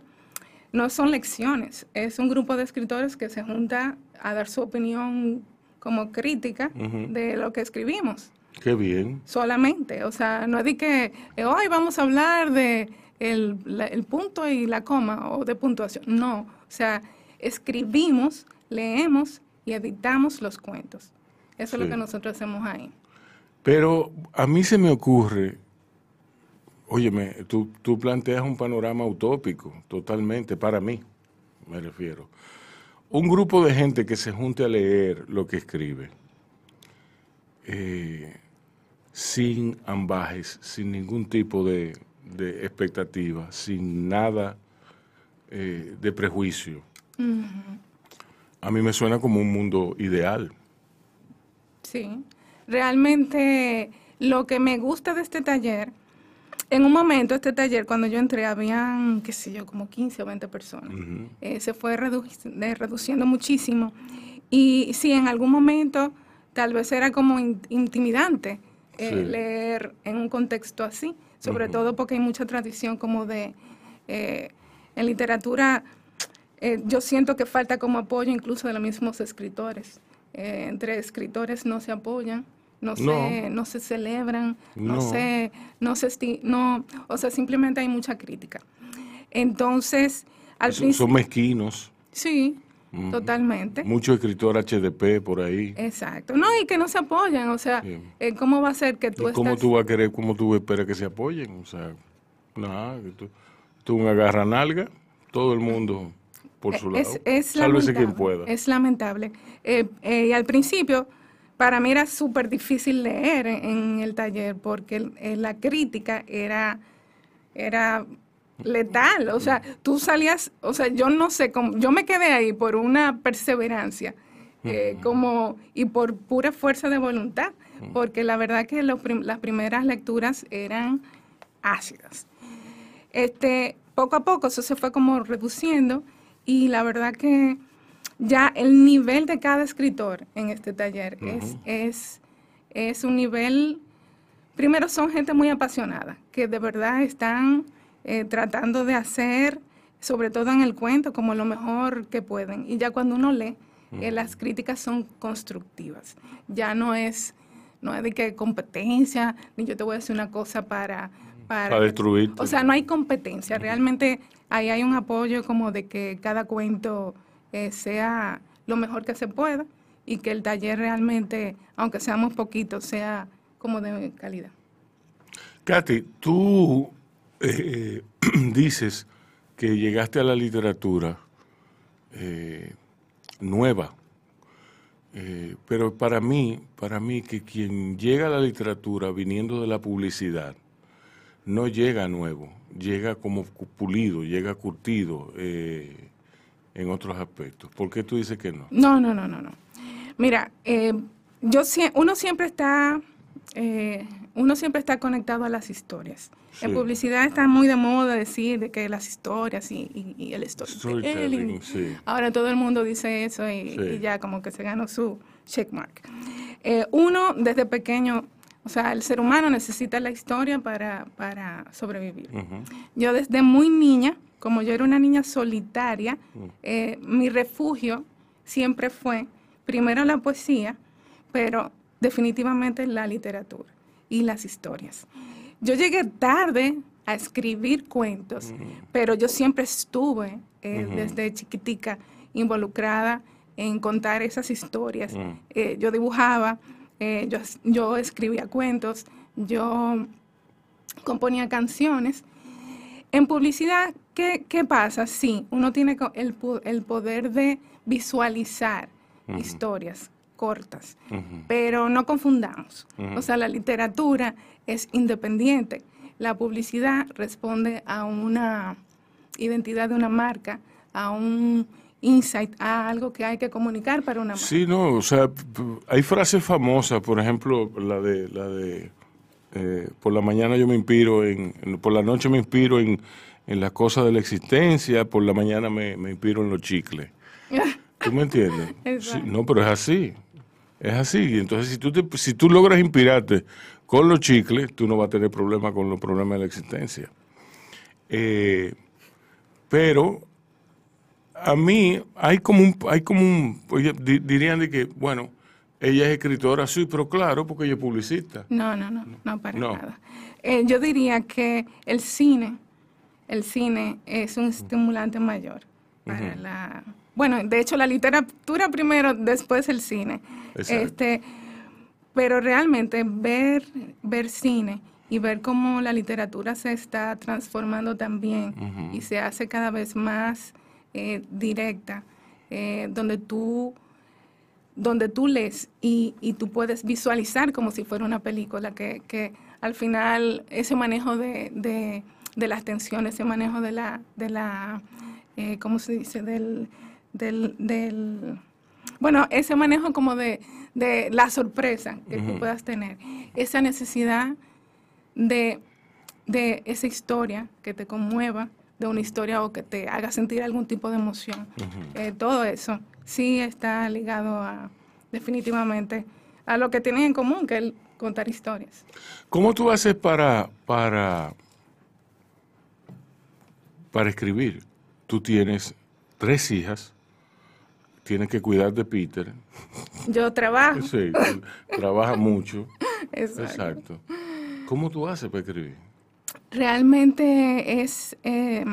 D: no son lecciones, es un grupo de escritores que se junta a dar su opinión como crítica de lo que escribimos
A: Qué bien.
D: solamente. O sea, no es de que eh, hoy vamos a hablar de el, la- el punto y la coma o de puntuación. No, o sea, escribimos, leemos y editamos los cuentos. Eso es
A: Sí.
D: lo que nosotros hacemos ahí.
A: Pero a mí se me ocurre, óyeme, tú, tú planteas un panorama utópico, totalmente, para mí, me refiero. Un grupo de gente que se junte a leer lo que escribe, eh, sin ambajes, sin ningún tipo de, de expectativa, sin nada eh, de prejuicio. A mí me suena como un mundo ideal.
D: Sí, realmente lo que me gusta de este taller, en un momento este taller, cuando yo entré, habían, qué sé yo, como 15 o 20 personas. Eh, se fue redu- de- reduciendo muchísimo. Y sí, en algún momento tal vez era como in- intimidante eh,
A: Sí.
D: leer en un contexto así, sobre todo porque hay mucha tradición como de, eh, en literatura, eh, yo siento que falta como apoyo incluso de los mismos escritores. Eh, entre escritores no se apoyan, no, Se, no se celebran, no,
A: No.
D: se, no se, esti- no, o sea, simplemente hay mucha crítica. Entonces, al
A: Son-
D: principio,
A: son mezquinos.
D: sí, totalmente.
A: Mucho escritor HDP por ahí.
D: Eh, Exacto. No, y que no se apoyan, o sea,
A: Bien.
D: eh, ¿cómo va a ser que tú
A: ¿Y cómo
D: estás?
A: tú vas a querer, cómo tú esperas que se apoyen? O sea, nada, que tú, tú un agarra nalga, todo el mundo por su
D: Eh, Es,
A: lado.
D: es
A: Sálvese quien
D: lamentable,
A: pueda.
D: Es lamentable. Eh, eh, y al principio, para mí era súper difícil leer en, en el taller porque el- eh, la crítica era, era letal. O sea, tú salías, o sea, yo no sé cómo, yo me quedé ahí por una perseverancia eh, como, y por pura fuerza de voluntad, porque la verdad que los prim- las primeras lecturas eran ácidas este, poco a poco eso se fue como reduciendo y la verdad que ya el nivel de cada escritor en este taller es, es, es un nivel, primero son gente muy apasionada, que de verdad están eh, tratando de hacer, sobre todo en el cuento, como lo mejor que pueden. Y ya cuando uno lee, eh, las críticas son constructivas, ya no es... No es de que competencia, ni yo te voy a decir una cosa para... Para,
A: Para destruirte.
D: O sea, no hay competencia, realmente ahí hay un apoyo como de que cada cuento eh, sea lo mejor que se pueda y que el taller realmente, aunque seamos poquitos, sea como de calidad.
A: Katy, tú eh, dices que llegaste a la literatura eh, nueva, Eh, pero para mí, para mí que quien llega a la literatura viniendo de la publicidad no llega nuevo, llega como cu- pulido, llega curtido eh, en otros aspectos. ¿Por qué tú dices que no?
D: No, no, no, no, no. Mira, eh, yo sie- uno siempre está eh, uno siempre está conectado a las historias.
A: Sí.
D: En publicidad está muy de moda decir de que las historias y, y- y el
A: Storytelling,
D: storytelling.
A: sí.
D: Ahora todo el mundo dice eso y,
A: Sí.
D: y ya como que se ganó su checkmark. Eh, uno desde pequeño, o sea, el ser humano necesita la historia para, para sobrevivir.
A: Ujú.
D: Yo desde muy niña, como yo era una niña solitaria, eh, mi refugio siempre fue primero la poesía, pero definitivamente la literatura y las historias. Yo llegué tarde a escribir cuentos, pero yo siempre estuve eh, desde chiquitica involucrada en contar esas historias.
A: Mm.
D: Eh, yo dibujaba, eh, yo, yo escribía cuentos, yo componía canciones. En publicidad, ¿qué, qué pasa? Sí, uno tiene co- el, po- el poder de visualizar historias cortas,
A: Ujú.
D: pero no confundamos.
A: Ujú.
D: O sea, la literatura es independiente. La publicidad responde a una identidad de una marca, a un insight, a algo que hay que comunicar para una marca.
A: Sí, no, o sea, p- p- hay frases famosas, por ejemplo, la de, la de eh, por la mañana yo me inspiro en, en- por la noche me inspiro en, en las cosas de la existencia, por la mañana me, me inspiro en los chicles. ¿Tú me entiendes?
D: Exacto.
A: Sí, no, pero es así, es así. Y Entonces, si tú, te- si tú logras inspirarte con los chicles, tú no vas a tener problema con los problemas de la existencia. Eh, pero a mí hay como un, hay como un, oye, di- dirían de que, bueno, ella es escritora, sí, pero claro, porque ella es publicista.
D: No, no, no, no para
A: No.
D: nada. Eh, yo diría que el cine, el cine es un estimulante mayor para la... Bueno, de hecho la literatura primero, después el cine.
A: Exacto.
D: Este, pero realmente ver, ver cine y ver cómo la literatura se está transformando también y se hace cada vez más eh, directa, eh, donde tú donde tú lees y, y tú puedes visualizar como si fuera una película, que, que al final ese manejo de, de- de las tensiones, ese manejo de la, de la eh, ¿cómo se dice? Del, del, del- bueno, ese manejo como de, de la sorpresa que tú puedas tener, esa necesidad de, de esa historia que te conmueva, de una historia o que te haga sentir algún tipo de emoción. Eh, todo eso sí está ligado a, definitivamente a lo que tienen en común, que es el contar historias.
A: ¿Cómo tú haces para, para, para escribir? Tú tienes tres hijas, tienes que cuidar de Peter,
D: Yo trabajo.
A: sí, tú trabajas mucho,
D: Exacto.
A: exacto. ¿Cómo tú haces para escribir?
D: Realmente es, eh,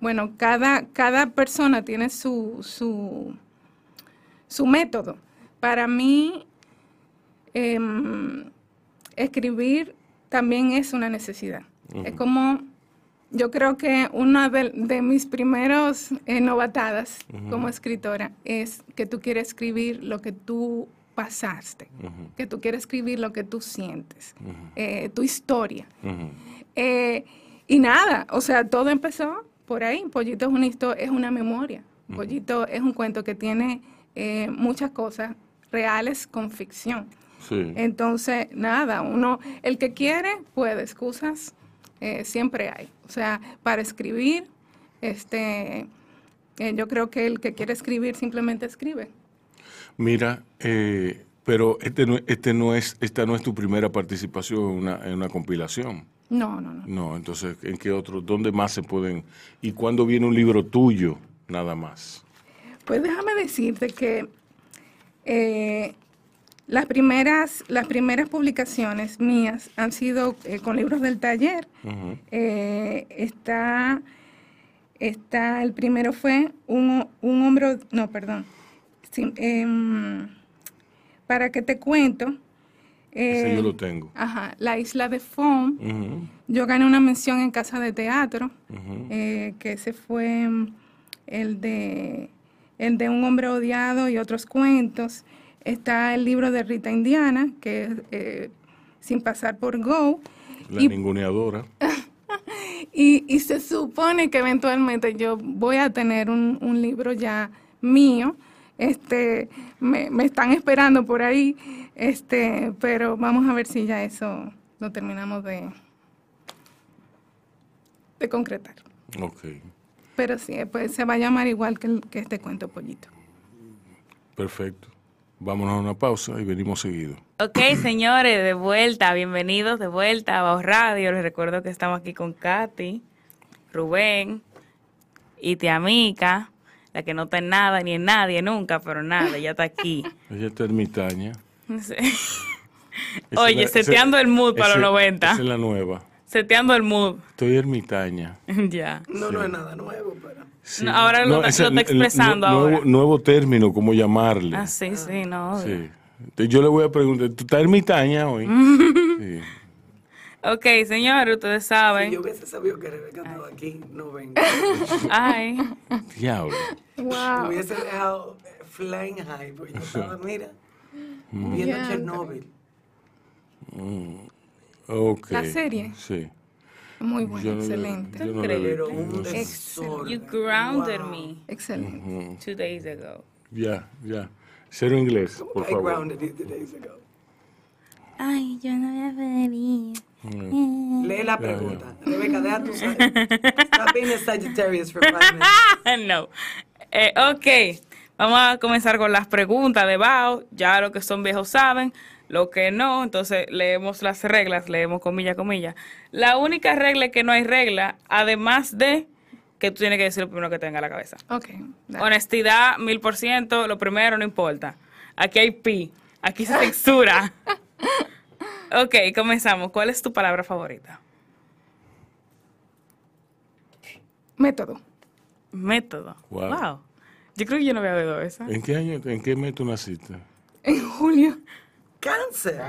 D: bueno, cada, cada persona tiene su, su, su método. Para mí, em, escribir también es una necesidad. Es como, yo creo que una de, de mis primeros eh, novatadas como escritora es que tú quieres escribir lo que tú pasaste, que tú quieres escribir lo que tú sientes, eh, tu historia.
A: Ujú.
D: Eh, y nada, o sea, todo empezó por ahí. Pollito es una, histo- es una memoria. Pollito es un cuento que tiene eh, muchas cosas reales con ficción.
A: Sí.
D: Eh. Entonces, nada, uno, el que quiere, puede, excusas eh, siempre hay. O sea, para escribir, este, eh, yo creo que el que quiere escribir simplemente escribe.
A: Mira, eh, pero este no, este no es, esta no es tu primera participación en una, en una compilación.
D: No, no, no.
A: No, entonces, ¿en qué otro? ¿Dónde más se pueden? ¿Y cuándo viene un libro tuyo? Nada más.
D: Pues déjame decirte que eh, las, primeras, las primeras publicaciones mías han sido eh, con libros del taller.
A: Ujú.
D: Eh, está, está, el primero fue un, ho- un hombro, no, perdón, Sí, em, para que te cuento.
A: Ese yo
D: eh,
A: lo tengo.
D: Ajá, La Isla de Foam.
A: Ujú,
D: Yo gané una mención en Casa de Teatro,
A: Ujú.
D: eh, que ese fue mm, el de, el de Un hombre odiado y otros cuentos. Está el libro de Rita Indiana, que es eh, Sin pasar por Go.
A: La
D: Y,
A: ninguneadora.
D: y- y se supone que eventualmente yo voy a tener un, un libro ya mío, Este, me, me están esperando por ahí, este, pero vamos a ver si ya eso lo terminamos de, de concretar.
A: Ok.
D: Pero sí, pues se va a llamar igual que, el- que este cuento pollito.
A: Perfecto. Vámonos a una pausa y venimos seguido.
C: Ok, señores, de vuelta, bienvenidos de vuelta a Bajo Radio. Les recuerdo que estamos aquí con Katy, Rubén y Tiamica, la que no está en nada ni en nadie nunca, pero nada, ya está aquí.
A: Ella está ermitaña.
C: Sí.
A: Esa
C: Oye,
A: es la-
C: seteando
A: esa-
C: el mood para
A: esa-
C: los 90.
A: Esa es la nueva.
C: Seteando el mood.
A: Estoy ermitaña.
C: ya.
A: Oh,
B: No, no es nada nuevo, pero.
A: Sí.
C: No, ahora lo está-
A: ese
C: lo está
A: es el- el
C: expresando
A: nu-
C: ahora.
A: Nuevo, nuevo término, cómo llamarle.
C: Ah, sí, sí, no. obvio.
A: Sí. Entonces yo le voy a preguntar, ¿tú estás ermitaña hoy? Sí.
C: Ok, señores, ustedes
B: Si yo
C: saben.
B: hubiese sabido que Rebeca estaba aquí, no vengo.
C: Ay,
A: Diablo.
B: Me
D: Wow.
B: hubiese dejado eh, flying high, porque yo estaba, mira,
A: Mm.
B: viendo
D: Ya.
B: Chernobyl.
A: Ok.
D: La serie.
A: Sí.
D: Muy bueno,
A: Yo no le-
D: excelente.
A: yo no le-
C: Increíble.
B: Pero un
A: no sé.
B: desorden.
C: you grounded
B: Wow.
C: me
D: Excelente.
C: two days ago.
A: Ya, ya. Cero inglés, por
B: I
A: favor.
B: grounded it the days ago.
C: Ay, yo no voy a venir.
B: Lee la
A: ya.
B: pregunta. Rebeca, deja tu Stop being a Sagittarius for five minutes.
C: Ah, no. Eh, ok, vamos a comenzar con las preguntas de Bao. Ya lo que son viejos saben, lo que no. Entonces leemos las reglas, leemos comilla, comilla. La única regla es que no hay regla, además de que tú tienes que decir lo primero que te venga a la cabeza.
D: Ok. dale.
C: Honestidad, mil por ciento, lo primero no importa. Aquí hay pi, aquí se censura. ok, comenzamos. ¿Cuál es tu palabra favorita?
D: Método.
C: Método.
A: Wow.
C: Wow. Yo creo que yo no había oído esa.
A: ¿En qué año, en qué mes tú naciste?
D: En julio.
B: Cáncer.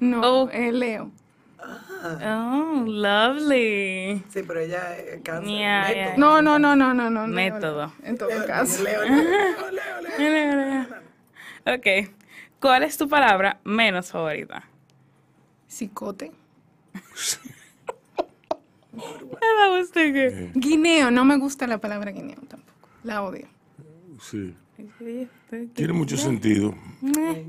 D: No,
C: Oh.
D: eh, Leo.
C: Oh, lovely.
B: Sí, pero ella es cáncer.
C: Yeah,
B: Neto.
C: yeah.
D: No, no, no, no, no, no. Leo,
C: Método.
D: Leo, En todo caso.
B: Leo, Leo, Leo, Leo.
C: Ok. ¿Cuál es tu palabra menos favorita?
D: Cicote.
C: That was so good.
D: Guineo. No me gusta la palabra guineo tampoco. La odio.
A: Sí. Tiene mucho sentido.
C: Meh.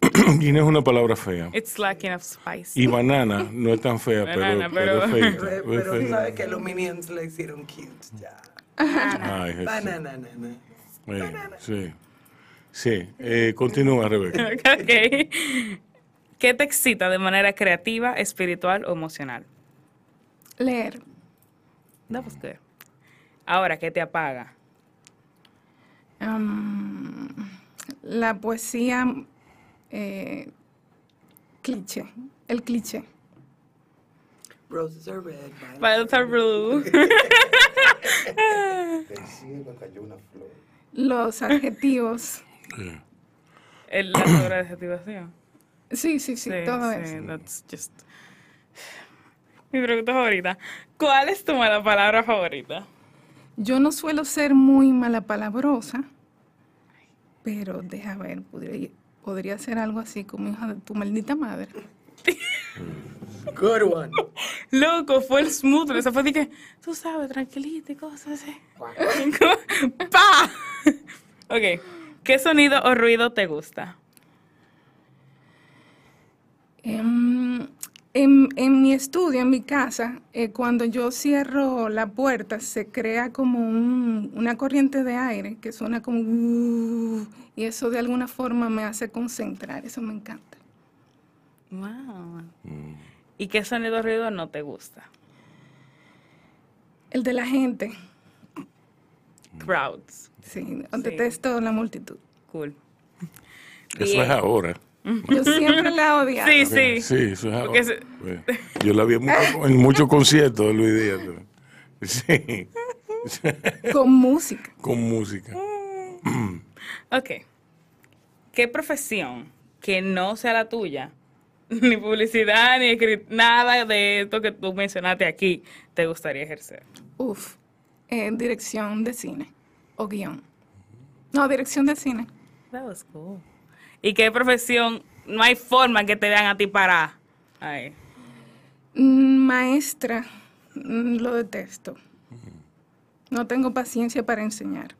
A: Guinea es una palabra fea.
C: It's lacking of spice.
A: Y banana no es tan fea,
C: Banana, pero-
A: pero, pero,
B: Re-
A: feita, es
B: Pero tú
A: feita.
B: sabes que los minions la hicieron cute. Ya.
A: Ay, Jesús.
B: Banana, nana.
A: Eh, sí. Sí. Eh, continúa, Rebeca.
C: Ok. ¿Qué te excita de manera creativa, espiritual o emocional?
D: Leer.
C: That was good. Ahora, ¿qué te apaga?
D: Am, la poesía eh, cliché. El cliché.
B: Roses are red.
C: Violets are blue.
E: Del cielo cayó una flor.
D: Los adjetivos.
A: Sí.
C: El- La sobra de adjetivación.
D: Sí, sí, sí,
C: Sí,
D: todo
C: sí,
D: eso.
C: that's just... Mi pregunta favorita. ¿Cuál es tu mala palabra favorita?
D: Yo no suelo ser muy malapalabrosa, pero deja ver, podría, podría ser algo así como hija de tu maldita madre. Pues
B: Good one.
C: Loco, fue el smooth. Esa fue de que, tú sabes, tranquilita y cosas así. ¡Pa! Ok. ¿Qué sonido o ruido te gusta?
D: Em, en, en mi estudio, en mi casa, eh, cuando yo cierro la puerta, se crea como un- una corriente de aire que suena como... "Uh", y eso de alguna forma me hace concentrar, eso me encanta.
C: Wow. ¿Y qué sonido o ruido no te gusta?
D: El de la gente,
C: Crowds.
D: sí, detesto la multitud.
C: Cool.
A: Eso es ahora.
D: Yo siempre la odio.
C: Sí, sí.
A: Sí, eso es
C: Porque
A: ahora.
C: se-
A: Bueno, Yo la vi en mucho- en muchos conciertos de Luis Díaz. ¿no? Sí,
D: Con música.
A: con música.
C: Ok. ¿Qué profesión que no sea la tuya, ni publicidad, ni escri- nada de esto que tú mencionaste aquí, te gustaría ejercer?
D: Uf, eh, dirección de cine o guión. No, dirección de cine.
C: That was cool. ¿Y qué profesión no hay forma que te vean a ti parar? Ay.
D: Mm, Maestra, mm, lo detesto. No tengo paciencia para enseñar.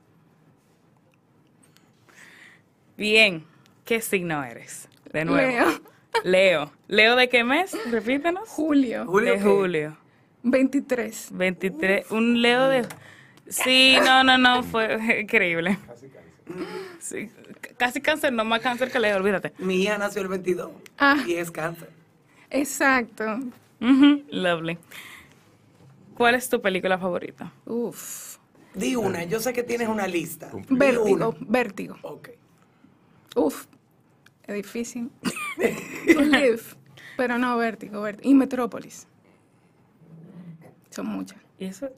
C: Bien, ¿qué signo eres? De nuevo.
D: Leo.
C: Leo. ¿Leo de qué mes? Repítenos.
D: Julio
B: Julio,
C: de
B: ¿qué?
C: julio.
D: 23.
C: 23. un Leo de. Sí, no, no, no, fue increíble. Sí, c- casi cáncer, no más cáncer que Leo, olvídate.
B: Mi hija nació el 22
D: Ah.
B: y es cáncer.
D: Exacto.
C: Ujú, lovely. ¿Cuál es tu película favorita?
D: Uf.
B: Di una, yo sé que tienes una lista. Di
D: Vértigo,
B: una.
D: vértigo.
B: Ok.
D: Uf. Es difícil. To live. Pero no, vértigo, vértigo. Y Metrópolis. Son muchas.
C: ¿Y eso?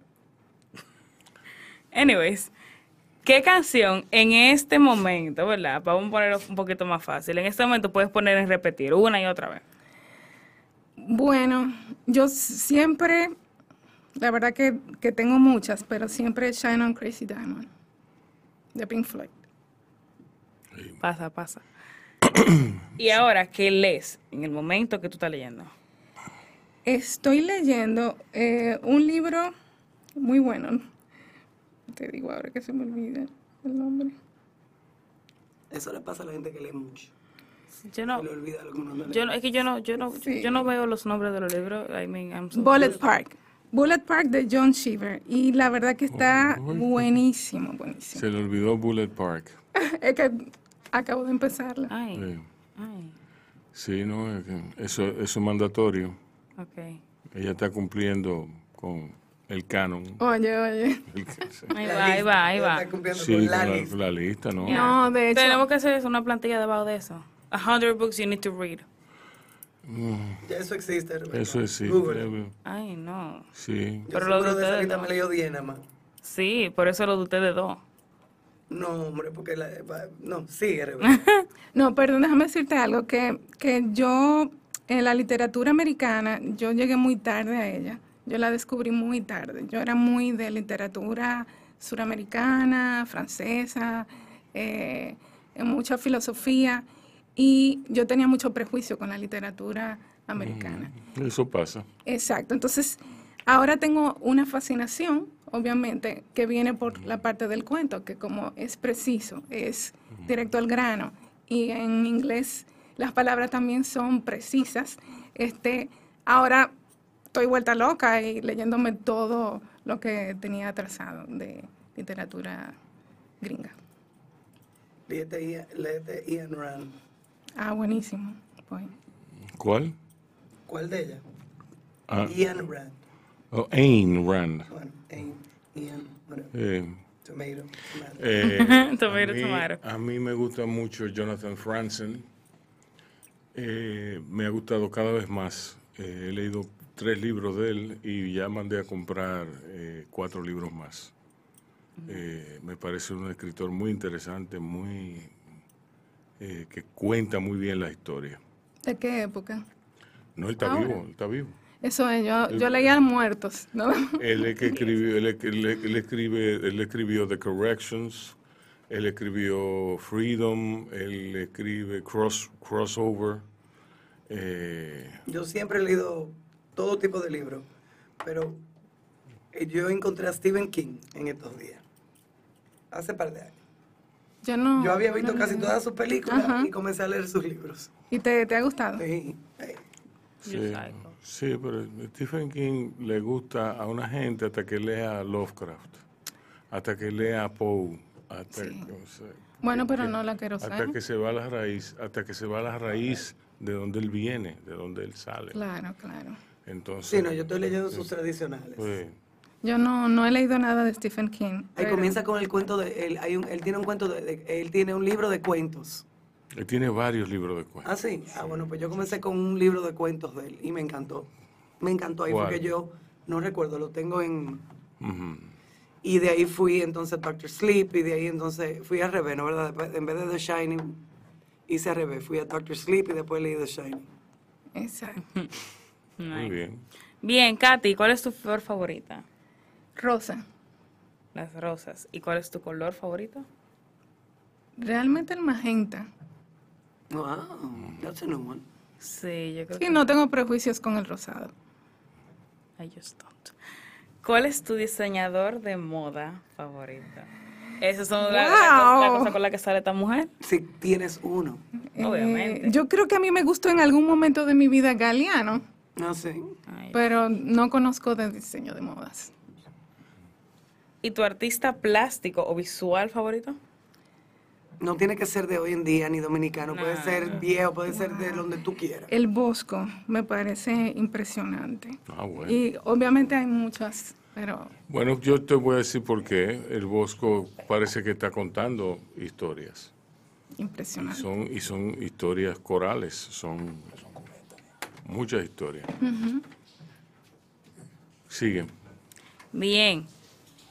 C: Anyways, ¿qué canción en este momento, verdad? Vamos a ponerlo un poquito más fácil. En este momento puedes poner en repetir una y otra vez.
D: Bueno, yo s- siempre, la verdad que, que tengo muchas, pero siempre Shine on Crazy Diamond de Pink Floyd.
C: Pasa, pasa. y ahora, ¿qué lees en el momento que tú estás leyendo?
D: Estoy leyendo eh, un libro muy bueno. Te digo ahora que se me olvida el nombre.
B: Eso le pasa a la gente que lee mucho.
C: Yo no,
B: Se le olvida lo que uno no lee.
C: yo no- es que yo no, yo no,
D: Sí.
C: yo no veo los nombres de los libros. I mean, I'm so-
D: Bullet Park. Bullet Park de John Shiver. Y la verdad que está
A: Uy.
D: buenísimo, buenísimo.
A: Se le olvidó Bullet Park.
D: Es que acabo de empezarla.
C: Ay,
A: Eh,
C: ay,
A: sí, no, es que eso, eso es mandatorio.
C: ok.
A: Ella está cumpliendo con el canon.
D: Oye, oye.
A: El que- sí,
C: Ahí
B: La
C: va, ahí
B: lista,
C: va, ahí
B: ella
C: va.
B: Está cumpliendo
A: con
B: con
A: la,
B: la lista.
A: la lista, ¿no?
C: Yeah.
D: No, de hecho.
C: Tenemos que hacer una plantilla debajo de eso. A hundred books you need to read.
B: Ya eso existe, Rebeca.
A: Eso es sí.
B: Google.
A: eh,
C: Ay, no.
A: Sí.
B: Yo
C: Pero lo de
B: seguro de esa
C: ustedes
B: lista
C: no.
B: me leyó 10 nada más.
C: Sí, por eso lo de ustedes dos.
B: No, hombre, porque la... va- No, sigue, Rebeca.
D: No, perdón, déjame decirte algo, que, que yo, en la literatura americana, yo llegué muy tarde a ella. Yo la descubrí muy tarde. Yo era muy de literatura suramericana, francesa, eh, en mucha filosofía, y yo tenía mucho prejuicio con la literatura
A: Mm,
D: americana.
A: Eso pasa.
D: Exacto. Entonces, ahora tengo una fascinación, obviamente, que viene por la parte del cuento, que como es preciso, es directo al grano. Y en inglés las palabras también son precisas. Este, ahora estoy vuelta loca y leyéndome todo lo que tenía atrasado de literatura gringa.
B: Léete Ia- léete Ian Rand.
D: Ah, buenísimo. Voy.
A: ¿Cuál?
B: ¿Cuál de ellas?
A: Ah,
B: Ian Rand.
A: oh, Ayn Rand.
B: Bueno, eh, Ian Rand.
A: Eh,
B: Tomato. tomato.
A: eh,
C: Tomato,
A: a, mí,
C: tomato.
A: a mí me gusta mucho Jonathan Franzen. Eh, me ha gustado cada vez más. Eh, he leído tres libros de él y ya mandé a comprar eh, cuatro libros más. Eh, me parece un escritor muy interesante, muy eh, que cuenta muy bien la historia.
D: ¿De qué época?
A: No, él está
D: Ahora.
A: vivo, él está vivo.
D: Eso es, yo, yo leía Muertos, ¿no?
A: Él es que escribió, él, es que- él es- él escribe, él escribió The Corrections, él escribió Freedom, él escribe Cross, Crossover. eh,
B: Yo siempre he leído todo tipo de libros, pero eh, yo encontré a Stephen King en estos días, hace par de años.
D: Yo no.
B: Yo había
D: Mm, no
B: visto casi
D: leía.
B: todas sus películas
D: Ajá.
B: y comencé a leer sus libros.
D: ¿Y te, te ha gustado?
B: Sí, eh,
C: You
A: sí,
C: psycho.
A: sí, pero Stephen King le gusta a una gente hasta que lea Lovecraft, hasta que lea Poe, hasta que, o sea,
D: Bueno, pero no la quiero
A: hasta que se va a la raíz, hasta que se va a la raíz de donde él viene, de donde él sale.
D: Claro, claro.
A: Entonces,
B: sí, no, yo estoy leyendo sus tradicionales.
A: pues,
D: Yo no, no he leído nada de Stephen King.
B: Ahí
D: pero-
B: comienza con el cuento de él. Hay un, él tiene un cuento de, de- él tiene un libro de cuentos.
A: él tiene varios libros de cuentos.
B: Ah, sí. Ah, bueno, pues yo comencé con un libro de cuentos de él y me encantó. Me encantó ahí
A: ¿Cuál?
B: porque yo no recuerdo, lo tengo en
A: Ujú.
B: Y de ahí fui entonces Doctor Sleep, y de ahí entonces fui al revés, ¿no verdad? Después, En vez de The Shining, hice al revés. Fui a Doctor Sleep y después leí The Shining.
D: Exacto.
A: Muy bien.
C: Bien, Katy, ¿cuál es tu flor favorita?
D: Rosa.
C: Las rosas. ¿Y cuál es tu color favorito?
D: Realmente el magenta.
B: Wow, that's a new one.
C: Sí, yo creo
D: Sí,
C: que...
D: no tengo prejuicios con el rosado.
C: I just don't. ¿Cuál es tu diseñador de moda favorito? Esas son las la, la cosa- la
D: Wow.
C: cosa con la que sale esta mujer.
B: Si tienes uno.
D: Eh,
C: Obviamente.
D: yo creo que a mí me gustó en algún momento de mi vida Galeano,
B: No sé.
C: Ay.
D: pero no conozco de diseño de modas.
C: ¿Y tu artista plástico o visual favorito?
B: No tiene que ser de hoy en día ni dominicano. Puede
C: No,
B: ser viejo, puede ser de donde tú quieras.
D: El Bosco me parece impresionante.
A: Ah, bueno.
D: Y obviamente hay muchas, pero
A: Bueno, yo te voy a decir por qué. El Bosco parece que está contando historias. Y
D: impresionante.
A: son, y son historias corales, son muchas historias. Sigue.
C: Bien.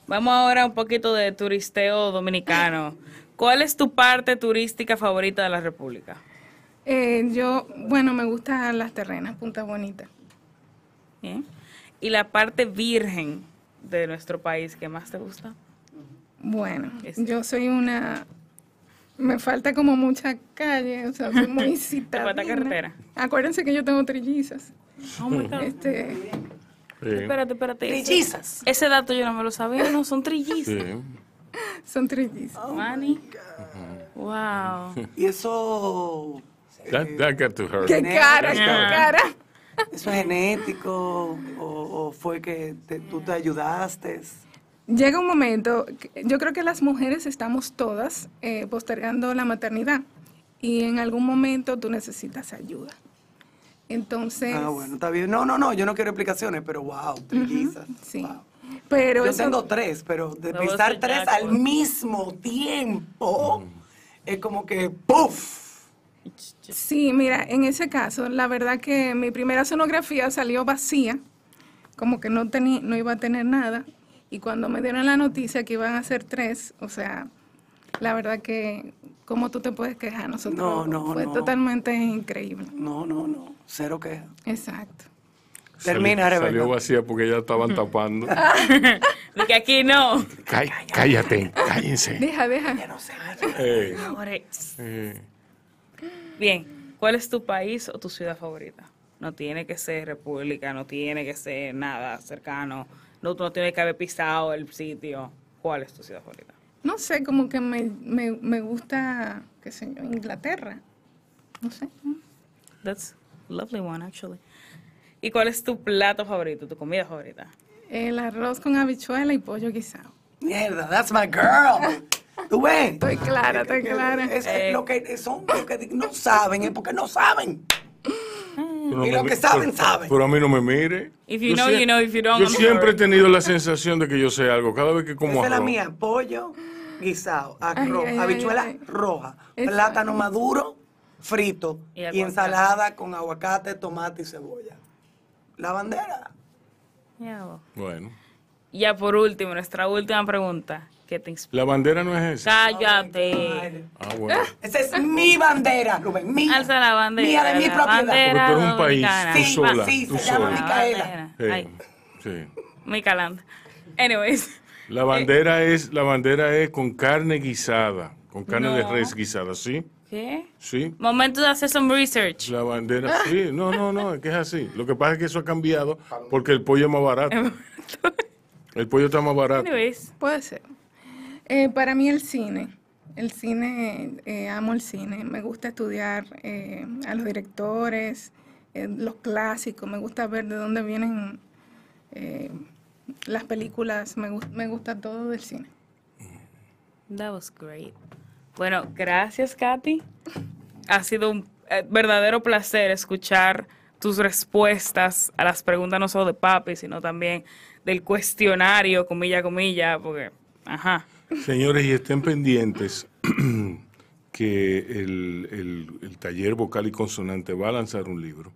C: Vamos ahora a un poquito de turisteo dominicano. ¿Cuál es tu parte turística favorita de la República?
D: Eh, yo, bueno, me gustan las terrenas, Punta Bonita.
C: Bien. ¿Y la parte virgen de nuestro país que más te gusta?
D: Bueno,
C: Este.
D: yo soy una. Me falta como mucha calle, o sea, soy muy
C: Te
D: citada.
C: falta carretera.
D: Acuérdense que yo tengo trillizas.
C: Oh my God.
D: Este,
A: Sí,
C: Espérate, espérate. Ese-
B: Trillizas.
C: Ese dato yo no me lo sabía, no, son trillizas.
A: sí.
D: son
B: Ah.
D: trillizas.
C: Manny. Wow.
B: Y eso,
A: That, that got to hurt.
D: ¡Qué
B: Nena,
D: cara,
B: ya
D: qué
C: está.
D: cara!
B: eso es genético o, o fue que te- tú te ayudaste. Ah,
D: Llega un momento, que- yo creo que las mujeres estamos todas eh, postergando la maternidad y en algún momento tú necesitas ayuda. Entonces,
C: Pues
B: Ah, bueno, está bien. No, no, no, yo no quiero explicaciones, pero wow, trillizas.
D: sí.
B: wow.
D: Pero
B: Yo
D: eso-
B: tengo tres, pero de
C: No,
B: pensar
C: eso ya
B: tres
C: como-
B: al mismo tiempo es como que ¡puf!
D: Sí, mira, en ese caso, la verdad que mi primera sonografía salió vacía, como que no tenía, no iba a tener nada, y cuando me dieron la noticia que iban a ser tres, o sea, la verdad que, ¿cómo tú te puedes quejar? Nosotros
B: No, no,
D: fue
B: no.
D: totalmente increíble.
B: No, no, no, cero queja.
D: Exacto.
B: Termina,
A: Salió-
B: Rebeca.
A: Salió vacía porque ya estaban tapando.
C: De que aquí no.
A: Cá- cállate, cállense.
D: Deja, deja.
A: Eh,
C: Ahora-
A: eh,
C: Bien, ¿cuál es tu país o tu ciudad favorita? No tiene que ser república, no tiene que ser nada cercano, no, no tiene que haber pisado el sitio. ¿Cuál es tu ciudad favorita?
D: No sé, como que me, me, me gusta, qué sé yo, Inglaterra. No sé.
C: That's a lovely one, actually. ¿Y cuál es tu plato favorito, tu comida favorita?
D: El arroz con habichuela y pollo guisado.
B: Mierda, that's my girl. ¿Tú ves?
D: Estoy clara, estoy clara.
B: Es
C: Eh.
B: lo que son lo que no saben, es porque no saben.
A: tú no
B: Y
A: me
B: los que
A: mi-
B: saben,
A: pero-
B: saben.
A: Pero a mí no me mire.
C: If you know, you know. If you don't,
A: yo
C: I'm sorry.
A: siempre he tenido la sensación de que yo sé algo. Cada vez que como
B: Esa es la
A: arroz,
B: mía, pollo guisado, arroz,
D: ay, ay,
B: habichuela
D: ay.
B: roja,
D: Exacto.
B: plátano maduro, frito
C: Y
B: y,
C: aguacate.
B: ensalada con aguacate, tomate y cebolla. La bandera.
A: Bueno,
C: Ya por último, nuestra última pregunta. ¿Qué te inspira?
A: la bandera no es
B: Oh
A: esa.
C: Cállate.
A: Ah, bueno.
B: Esa es mi bandera, Rubén, mía.
C: Alza la bandera.
B: Mía de mi
C: la
B: propiedad.
C: bandera
A: Porque tú eres un país,
C: dominicana.
A: tú
B: Sí,
A: sola,
B: sí,
A: tú
B: se llama
A: sola.
C: La
B: Micaela.
A: Sí,
C: bandera. Ay,
A: sí.
C: Micaelanda. Anyways.
A: La bandera es la bandera es con carne guisada, con carne de
C: No.
A: res guisada, ¿sí?
C: ¿Qué?
A: Sí.
C: Momento de hacer some research.
A: La bandera, sí, no, no, no, es que es así. Lo que pasa es que eso ha cambiado porque el pollo es más barato. El pollo está más barato.
C: Anyways.
D: Puede ser. Eh, para mí el cine. El cine, eh, amo el cine. Me gusta estudiar eh, a los directores, eh, los clásicos. Me gusta ver de dónde vienen eh, las películas. Me, gus- me gusta todo del cine.
C: That was great. Bueno, gracias, Katy. Ha sido un eh, verdadero placer escuchar tus respuestas a las preguntas no solo de papi, sino también del cuestionario, comilla, comilla, porque, ajá.
A: Señores, y estén pendientes que el, el- el taller vocal y consonante va a lanzar un libro,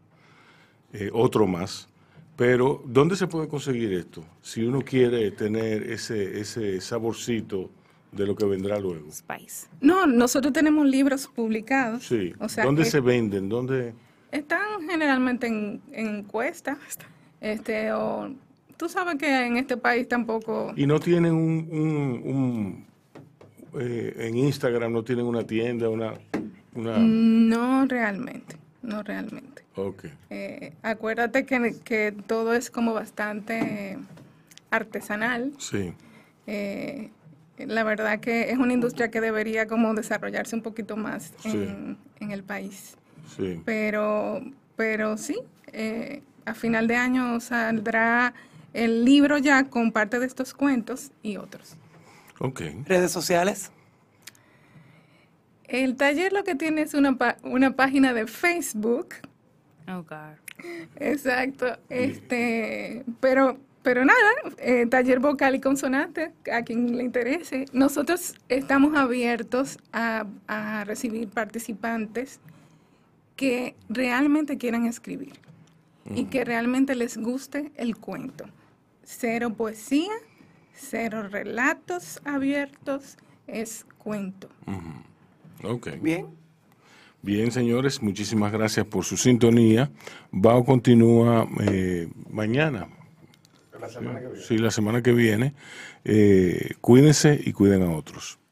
A: eh, otro más. Pero, ¿dónde se puede conseguir esto? Si uno quiere tener ese, ese saborcito de lo que vendrá luego.
C: Spice.
D: No, nosotros tenemos libros publicados.
A: Sí.
D: O sea,
A: ¿Dónde
D: que
A: se venden? ¿Dónde?
D: están generalmente en, en encuestas. Este, o, tú sabes que en este país tampoco...
A: Y no tienen un, un- un, eh, en Instagram no tienen una tienda, una,
D: Mm.
A: una,
D: No realmente, no realmente.
A: ok,
D: Eh, acuérdate que, que todo es como bastante artesanal
A: sí,
D: eh, La verdad que es una industria que debería como desarrollarse un poquito más
A: Sí.
D: en, en el país.
A: Sí.
D: Pero, pero sí, eh, a final de año saldrá el libro ya con parte de estos cuentos y otros.
A: Ok.
B: Redes sociales.
D: El taller lo que tiene es una, pa- una página de Facebook.
C: Oh, God.
D: Exacto. Este, pero, pero nada, eh, taller vocal y consonante, a quien le interese. Nosotros estamos abiertos a, a recibir participantes que realmente quieran escribir y que realmente les guste el cuento. Cero poesía, cero relatos abiertos, es cuento.
A: Ok.
B: Bien.
A: Bien, señores, muchísimas gracias por su sintonía. BAO continúa eh, mañana.
E: La semana que viene.
A: Sí, la semana que viene. Eh, cuídense y cuiden a otros.